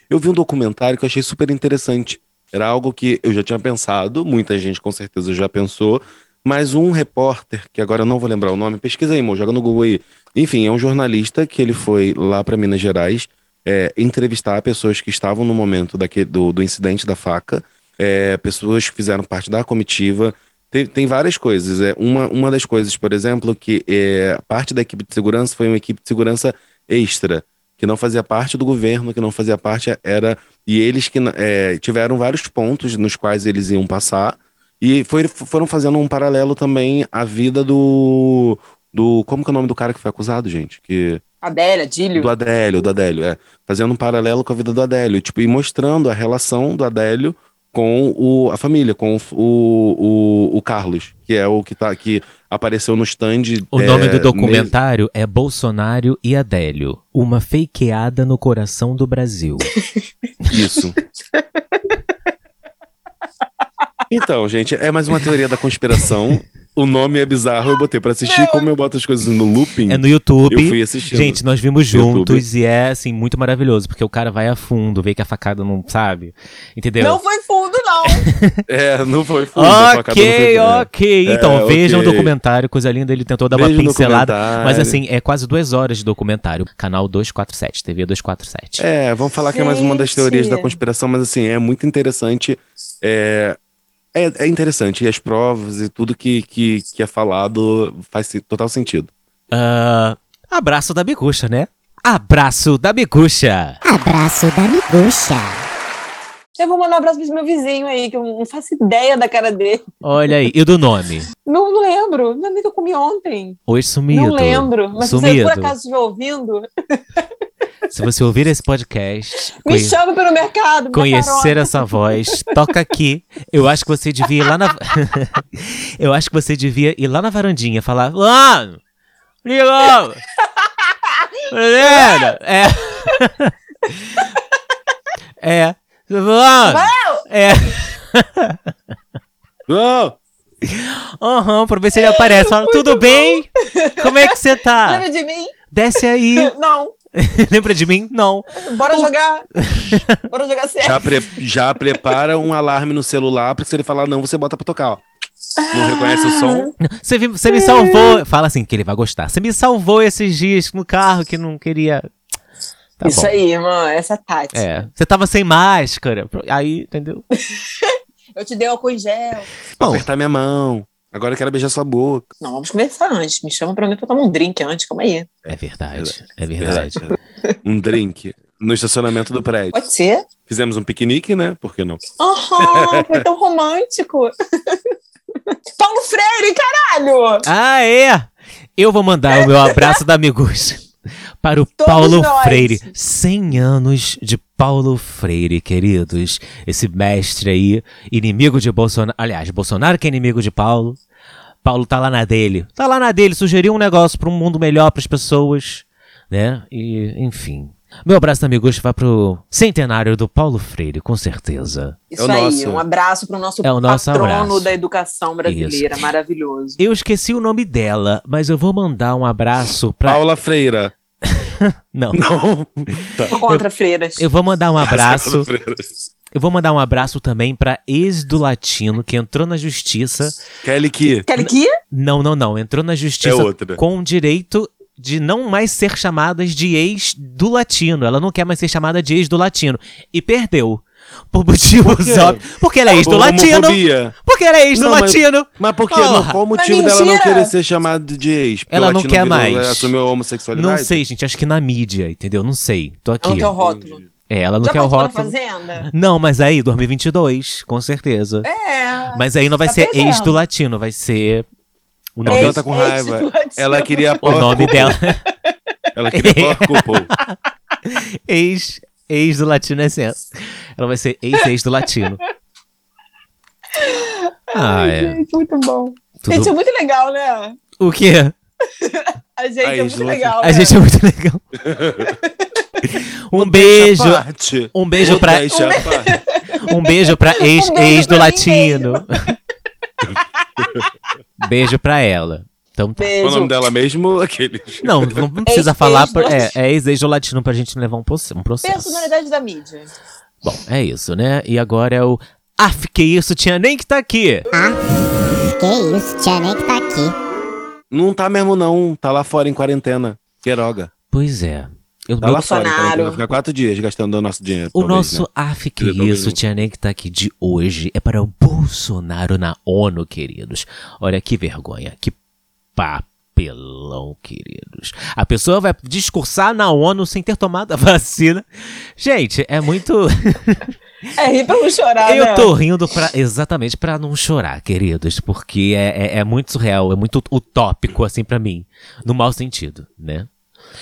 [SPEAKER 3] Eu vi um documentário que eu achei super interessante. Era algo que eu já tinha pensado, muita gente com certeza já pensou, mas um repórter, que agora eu não vou lembrar o nome, pesquisa aí, amor, joga no Google aí. Enfim, é um jornalista que ele foi lá para Minas Gerais, é, entrevistar pessoas que estavam no momento daque- do, do incidente da faca, é, pessoas que fizeram parte da comitiva. Tem, tem várias coisas. É, uma, uma das coisas, por exemplo, que é, parte da equipe de segurança foi uma equipe de segurança extra, que não fazia parte do governo, que não fazia parte, era. E eles que é, tiveram vários pontos nos quais eles iam passar. E foi- foram fazendo um paralelo também à vida do. do como que é o nome do cara que foi acusado, gente? Que.
[SPEAKER 4] Adélia, Dílio.
[SPEAKER 3] Do Adélio, do Adélio, é. Fazendo um paralelo com a vida do Adélio, tipo, e mostrando a relação do Adélio com o, a família, com o, o, o Carlos, que é o que, tá, que apareceu no stand.
[SPEAKER 2] O
[SPEAKER 3] é,
[SPEAKER 2] nome do
[SPEAKER 3] mês-
[SPEAKER 2] documentário é Bolsonaro e Adélio. Uma fakeada no coração do Brasil.
[SPEAKER 3] Isso. Então, gente, é mais uma teoria da conspiração. O nome é bizarro, eu botei pra assistir. Como eu boto as coisas no looping,
[SPEAKER 2] É no
[SPEAKER 3] eu
[SPEAKER 2] YouTube.
[SPEAKER 3] fui assistindo.
[SPEAKER 2] Gente, nós vimos
[SPEAKER 3] YouTube.
[SPEAKER 2] juntos e é, assim, muito maravilhoso, porque o cara vai a fundo, vê que a facada não sabe. Entendeu?
[SPEAKER 4] Não foi fundo, não.
[SPEAKER 3] É, não foi fundo. a facada não foi
[SPEAKER 2] né? Ok,
[SPEAKER 3] fundo.
[SPEAKER 2] ok. Então,
[SPEAKER 3] É,
[SPEAKER 2] vejam o
[SPEAKER 3] ok.
[SPEAKER 2] documentário, coisa linda. Ele tentou dar
[SPEAKER 3] Veja
[SPEAKER 2] uma
[SPEAKER 3] o
[SPEAKER 2] pincelada.
[SPEAKER 3] documentário.
[SPEAKER 2] Mas assim, é quase duas horas de documentário. Canal 247, TV 247.
[SPEAKER 3] É, vamos falar que é mais uma das teorias da
[SPEAKER 4] Gente.
[SPEAKER 3] conspiração, mas assim, é muito interessante. É, é, é interessante, e as provas e tudo que, que, que é falado faz se- total sentido.
[SPEAKER 2] Ah, abraço da Bicucha, né? Abraço da Bicucha!
[SPEAKER 5] Abraço da miguxa.
[SPEAKER 4] Eu vou mandar um abraço pro meu vizinho aí, que eu não faço ideia da cara dele.
[SPEAKER 2] Olha aí, e do nome?
[SPEAKER 4] Não, não lembro. Não lembro que eu comi ontem.
[SPEAKER 2] Oi, sumido.
[SPEAKER 4] Não lembro. Mas se você
[SPEAKER 2] Sumido.
[SPEAKER 4] por acaso estiver ouvindo,
[SPEAKER 2] Se você ouvir esse podcast,
[SPEAKER 4] me
[SPEAKER 2] conhe-
[SPEAKER 4] chama pelo mercado. me dá
[SPEAKER 2] conhecer essa voz, toca aqui. Eu acho que você devia ir lá na. Eu acho que você devia ir lá na varandinha falar. Mano! Liga! logo." Galera, É. É. Mano! É.
[SPEAKER 3] Ah,
[SPEAKER 2] Aham, pra ver se ele aparece. Fala, tudo bem? Como é que você tá?
[SPEAKER 4] carona. Lembra de mim?
[SPEAKER 2] Desce aí.
[SPEAKER 4] Não.
[SPEAKER 2] Lembra de mim? Não.
[SPEAKER 4] Bora jogar. Bora jogar certo.
[SPEAKER 3] já, pre- já prepara um alarme no celular, porque se ele falar não, você bota pra tocar. ó. Não reconhece o som?
[SPEAKER 2] Você vi- você me salvou. Fala assim que ele vai gostar. Você me salvou esses dias no carro que não queria. Tá
[SPEAKER 4] Isso
[SPEAKER 2] bom.
[SPEAKER 4] aí, irmã. Essa é a Tati.
[SPEAKER 2] É. Você tava sem máscara. pro- Aí, entendeu?
[SPEAKER 4] Eu te dei álcool em gel.
[SPEAKER 2] Bom.
[SPEAKER 3] Apertar minha mão. Agora eu quero beijar sua boca.
[SPEAKER 4] Não, vamos conversar antes. Me chama pra mim pra tomar um drink antes. Calma aí.
[SPEAKER 2] É verdade. É verdade.
[SPEAKER 3] Um drink. No estacionamento do prédio.
[SPEAKER 4] Pode ser?
[SPEAKER 3] Fizemos um piquenique, né? Por que não?
[SPEAKER 4] Aham, foi tão romântico. Paulo Freire, caralho!
[SPEAKER 2] Ah, é! Eu vou mandar o meu abraço da amigos para o
[SPEAKER 4] Todos
[SPEAKER 2] Paulo
[SPEAKER 4] nós.
[SPEAKER 2] Freire. 100 anos de Paulo Freire, queridos. Esse mestre aí, inimigo de Bolsonaro. Aliás, Bolsonaro que é inimigo de Paulo. Paulo tá lá na dele. Tá lá na dele, sugeriu um negócio para um mundo melhor para as pessoas, né? E, enfim. Meu abraço da amigos vai pro centenário do Paulo Freire, com certeza.
[SPEAKER 4] Isso
[SPEAKER 3] É o
[SPEAKER 4] aí,
[SPEAKER 3] nosso.
[SPEAKER 4] um abraço para o nosso
[SPEAKER 2] É o nosso
[SPEAKER 4] patrono
[SPEAKER 2] abraço.
[SPEAKER 4] da educação brasileira, maravilhoso.
[SPEAKER 2] Eu esqueci o nome dela, mas eu vou mandar um abraço pra.
[SPEAKER 3] Paula Freira.
[SPEAKER 2] Não.
[SPEAKER 3] Não.
[SPEAKER 4] Contra Freiras.
[SPEAKER 2] Eu vou mandar um abraço.
[SPEAKER 3] Paula Freira.
[SPEAKER 2] Eu vou mandar um abraço também pra ex do Latino que entrou na justiça.
[SPEAKER 3] Kelly Ki.
[SPEAKER 4] Quer que?
[SPEAKER 2] Não, não, não. Entrou na
[SPEAKER 3] É
[SPEAKER 2] justiça
[SPEAKER 3] outra.
[SPEAKER 2] com o direito de não mais ser chamadas de ex do Latino. Ela não quer mais ser chamada de ex do Latino e perdeu. Por motivos
[SPEAKER 3] quê?
[SPEAKER 2] óbvios. Porque ela é ex do Latino.
[SPEAKER 3] Homofobia.
[SPEAKER 2] Porque ela é ex do
[SPEAKER 3] Não, mas-
[SPEAKER 2] Latino.
[SPEAKER 3] Mas por quê?
[SPEAKER 2] Porra.
[SPEAKER 3] Não, Qual o
[SPEAKER 4] Mas
[SPEAKER 3] motivo dela não
[SPEAKER 4] mentira.
[SPEAKER 3] querer ser chamada de ex? Porque
[SPEAKER 2] Ela
[SPEAKER 3] o
[SPEAKER 2] não
[SPEAKER 3] latino
[SPEAKER 2] quer
[SPEAKER 3] virou-
[SPEAKER 2] mais.
[SPEAKER 3] ela Assumiu a homossexualidade?
[SPEAKER 2] Não sei, gente. Acho que na mídia, entendeu? Não sei. Tô aqui.
[SPEAKER 4] Não quer o rótulo.
[SPEAKER 2] É, ela não
[SPEAKER 4] Já
[SPEAKER 2] quer o
[SPEAKER 4] participou da
[SPEAKER 2] rótulo.
[SPEAKER 4] Fazenda?
[SPEAKER 2] Não, mas aí, 2022, com certeza.
[SPEAKER 4] É.
[SPEAKER 2] Mas aí não vai
[SPEAKER 4] Tá
[SPEAKER 2] ser ex
[SPEAKER 4] perdendo.
[SPEAKER 2] do latino, vai ser. O
[SPEAKER 4] É
[SPEAKER 2] nome, dela
[SPEAKER 3] Ex- ela tá com raiva. Ela queria
[SPEAKER 2] o nome dela.
[SPEAKER 3] Ela queria pôr cúpula.
[SPEAKER 2] ex, ex do latino é senso. Ela vai ser ex-ex do latino. Ah, é.
[SPEAKER 4] Gente, muito bom. Gente, é
[SPEAKER 2] Tudo...
[SPEAKER 4] muito legal, né?
[SPEAKER 2] O quê?
[SPEAKER 4] A gente
[SPEAKER 3] Aí,
[SPEAKER 4] é muito
[SPEAKER 3] Ju,
[SPEAKER 4] legal.
[SPEAKER 2] A
[SPEAKER 4] né?
[SPEAKER 2] gente é muito legal. Um beijo.
[SPEAKER 3] Parte.
[SPEAKER 2] Um beijo pra,
[SPEAKER 3] Deixa a parte.
[SPEAKER 2] um beijo pra ex,
[SPEAKER 4] Um beijo
[SPEAKER 2] ex do
[SPEAKER 4] pra mim
[SPEAKER 2] latino. beijo pra ela. Então tá.
[SPEAKER 3] Qual o nome
[SPEAKER 4] Beijo.
[SPEAKER 3] dela mesmo? Aquele.
[SPEAKER 2] Não, não precisa
[SPEAKER 4] Ex-ex
[SPEAKER 2] falar.
[SPEAKER 4] do
[SPEAKER 2] por- é, é ex-ex do latino pra gente não levar um, proce- um processo.
[SPEAKER 4] Personalidade da mídia.
[SPEAKER 2] Bom, é isso, né? E agora é o. Ah, que isso, tinha nem que tá aqui!
[SPEAKER 5] Que isso, tia nem que tá aqui.
[SPEAKER 3] Não tá mesmo, não. Tá lá fora em quarentena. Queroga.
[SPEAKER 2] Pois é. Eu-
[SPEAKER 3] Tá
[SPEAKER 2] meu-
[SPEAKER 3] lá fora, então,
[SPEAKER 4] Bolsonaro.
[SPEAKER 3] então vai ficar quatro dias gastando o nosso dinheiro.
[SPEAKER 2] o
[SPEAKER 3] talvez,
[SPEAKER 2] nosso
[SPEAKER 3] né?
[SPEAKER 2] AF que
[SPEAKER 3] Talvez,
[SPEAKER 2] isso,
[SPEAKER 3] né?
[SPEAKER 2] Tchanem, que tá aqui de hoje, é para o Bolsonaro na ONU, queridos. Olha que vergonha, que papelão, queridos. A pessoa vai discursar na ONU sem ter tomado a vacina. Gente, é muito.
[SPEAKER 4] É rir pra não
[SPEAKER 3] Ah,
[SPEAKER 4] chorar, né?
[SPEAKER 2] Eu tô rindo pra, exatamente pra não chorar, queridos, porque é, é- é muito surreal, é muito utópico, assim, pra mim. No mau sentido, né?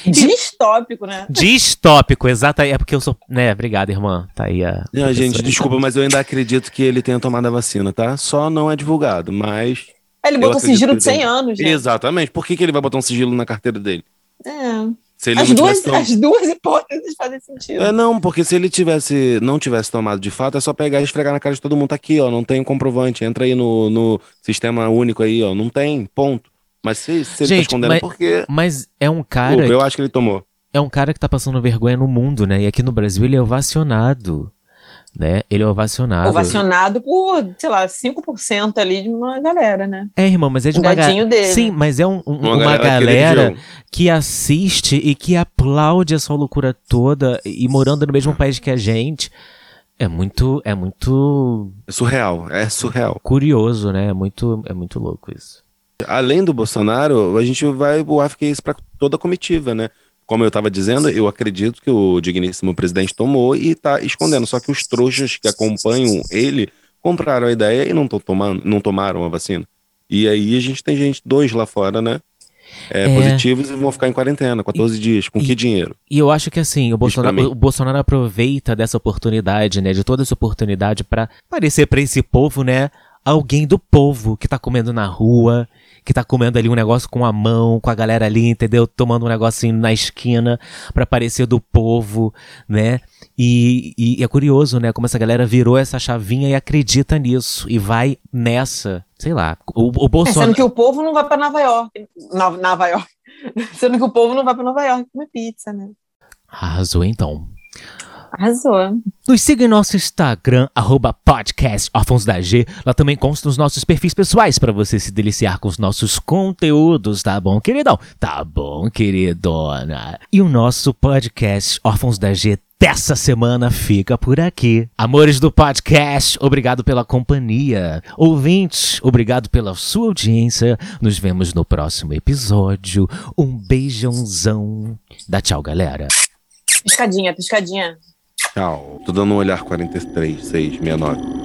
[SPEAKER 4] Distópico, né?
[SPEAKER 2] Distópico, exatamente. É porque eu sou. Né, obrigada, irmã. Tá aí a.
[SPEAKER 3] Não, Ah, né? gente,
[SPEAKER 2] professora.
[SPEAKER 3] desculpa, mas eu ainda acredito que ele tenha tomado a vacina, tá? Só não é divulgado, mas.
[SPEAKER 4] Ele
[SPEAKER 3] Eu
[SPEAKER 4] botou
[SPEAKER 3] acredito
[SPEAKER 4] assim, sigilo
[SPEAKER 3] que
[SPEAKER 4] de 100
[SPEAKER 3] ele tem.
[SPEAKER 4] anos, né?
[SPEAKER 3] Exatamente. Por que, que ele vai botar um sigilo na carteira dele?
[SPEAKER 4] É.
[SPEAKER 3] Se ele
[SPEAKER 4] As,
[SPEAKER 3] não
[SPEAKER 4] duas,
[SPEAKER 3] tivesse tomado.
[SPEAKER 4] as duas hipóteses fazem sentido.
[SPEAKER 3] É, não, porque se ele tivesse, não tivesse tomado de fato, é só pegar e esfregar na cara de todo mundo. Tá aqui, ó, não tem comprovante. Entra aí no, no sistema único aí, ó. Não tem, ponto. Mas se, se ele tá
[SPEAKER 2] Gente,
[SPEAKER 3] escondendo,
[SPEAKER 2] mas-
[SPEAKER 3] é porque.
[SPEAKER 2] Mas é um cara.
[SPEAKER 3] Desculpa, eu acho que ele tomou.
[SPEAKER 2] É um cara que tá passando vergonha no mundo, né? E aqui no Brasil ele é ovacionado. Né? Ele é ovacionado.
[SPEAKER 4] Ovacionado por, sei lá, 5% ali de uma galera, né?
[SPEAKER 2] É, irmão, mas é de
[SPEAKER 4] O
[SPEAKER 2] uma ga-
[SPEAKER 4] gadinho dele.
[SPEAKER 2] Sim, mas é um- um- uma,
[SPEAKER 3] que
[SPEAKER 2] galera
[SPEAKER 3] ele viu.
[SPEAKER 2] que assiste e que aplaude essa loucura toda e morando no mesmo país que a gente. É muito, é muito
[SPEAKER 3] É surreal, é surreal.
[SPEAKER 2] curioso, né? É muito, é muito louco isso.
[SPEAKER 3] Além do Bolsonaro, a gente vai voar que é isso pra toda a comitiva, né? Como eu tava dizendo, eu acredito que o digníssimo presidente tomou e tá escondendo. Só que os trouxas que acompanham ele compraram a ideia e não, tão tomando, não tomaram a vacina. E aí a gente tem gente, dois lá fora, né? É,
[SPEAKER 2] É.
[SPEAKER 3] Positivos e vão ficar em quarentena, 14 dias. Com
[SPEAKER 2] e-
[SPEAKER 3] que dinheiro?
[SPEAKER 2] E eu acho que assim, o
[SPEAKER 3] pra
[SPEAKER 2] Bolsonaro,
[SPEAKER 3] mim.
[SPEAKER 2] o Bolsonaro aproveita dessa oportunidade, né? De toda essa oportunidade pra parecer pra esse povo, né? Alguém do povo que tá comendo na rua, que tá comendo ali um negócio com a mão, com a galera ali, entendeu? Tomando um negocinho na esquina pra parecer do povo, né? E, e- e é curioso, né? Como essa galera virou essa chavinha e acredita nisso. E vai nessa. Sei lá. O, o
[SPEAKER 4] É,
[SPEAKER 2] Bolsonaro.
[SPEAKER 4] sendo que o povo não vai pra Nova York. Na- Nova York. Sendo que o povo não vai pra Nova York comer pizza, né?
[SPEAKER 2] Arrasou então.
[SPEAKER 4] Arrasou.
[SPEAKER 2] Nos siga em nosso Instagram, arroba podcast Órfãos da G. Lá também constam os nossos perfis pessoais para você se deliciar com os nossos conteúdos, tá bom, queridão? Tá bom, queridona. E o nosso podcast Órfãos da G dessa semana fica por aqui. Amores do podcast, obrigado pela companhia. Ouvintes, obrigado pela sua audiência. Nos vemos no próximo episódio. Um beijãozão. Dá tchau, galera.
[SPEAKER 4] Piscadinha, piscadinha.
[SPEAKER 3] Tchau. Tô dando um olhar 43, 6, 69.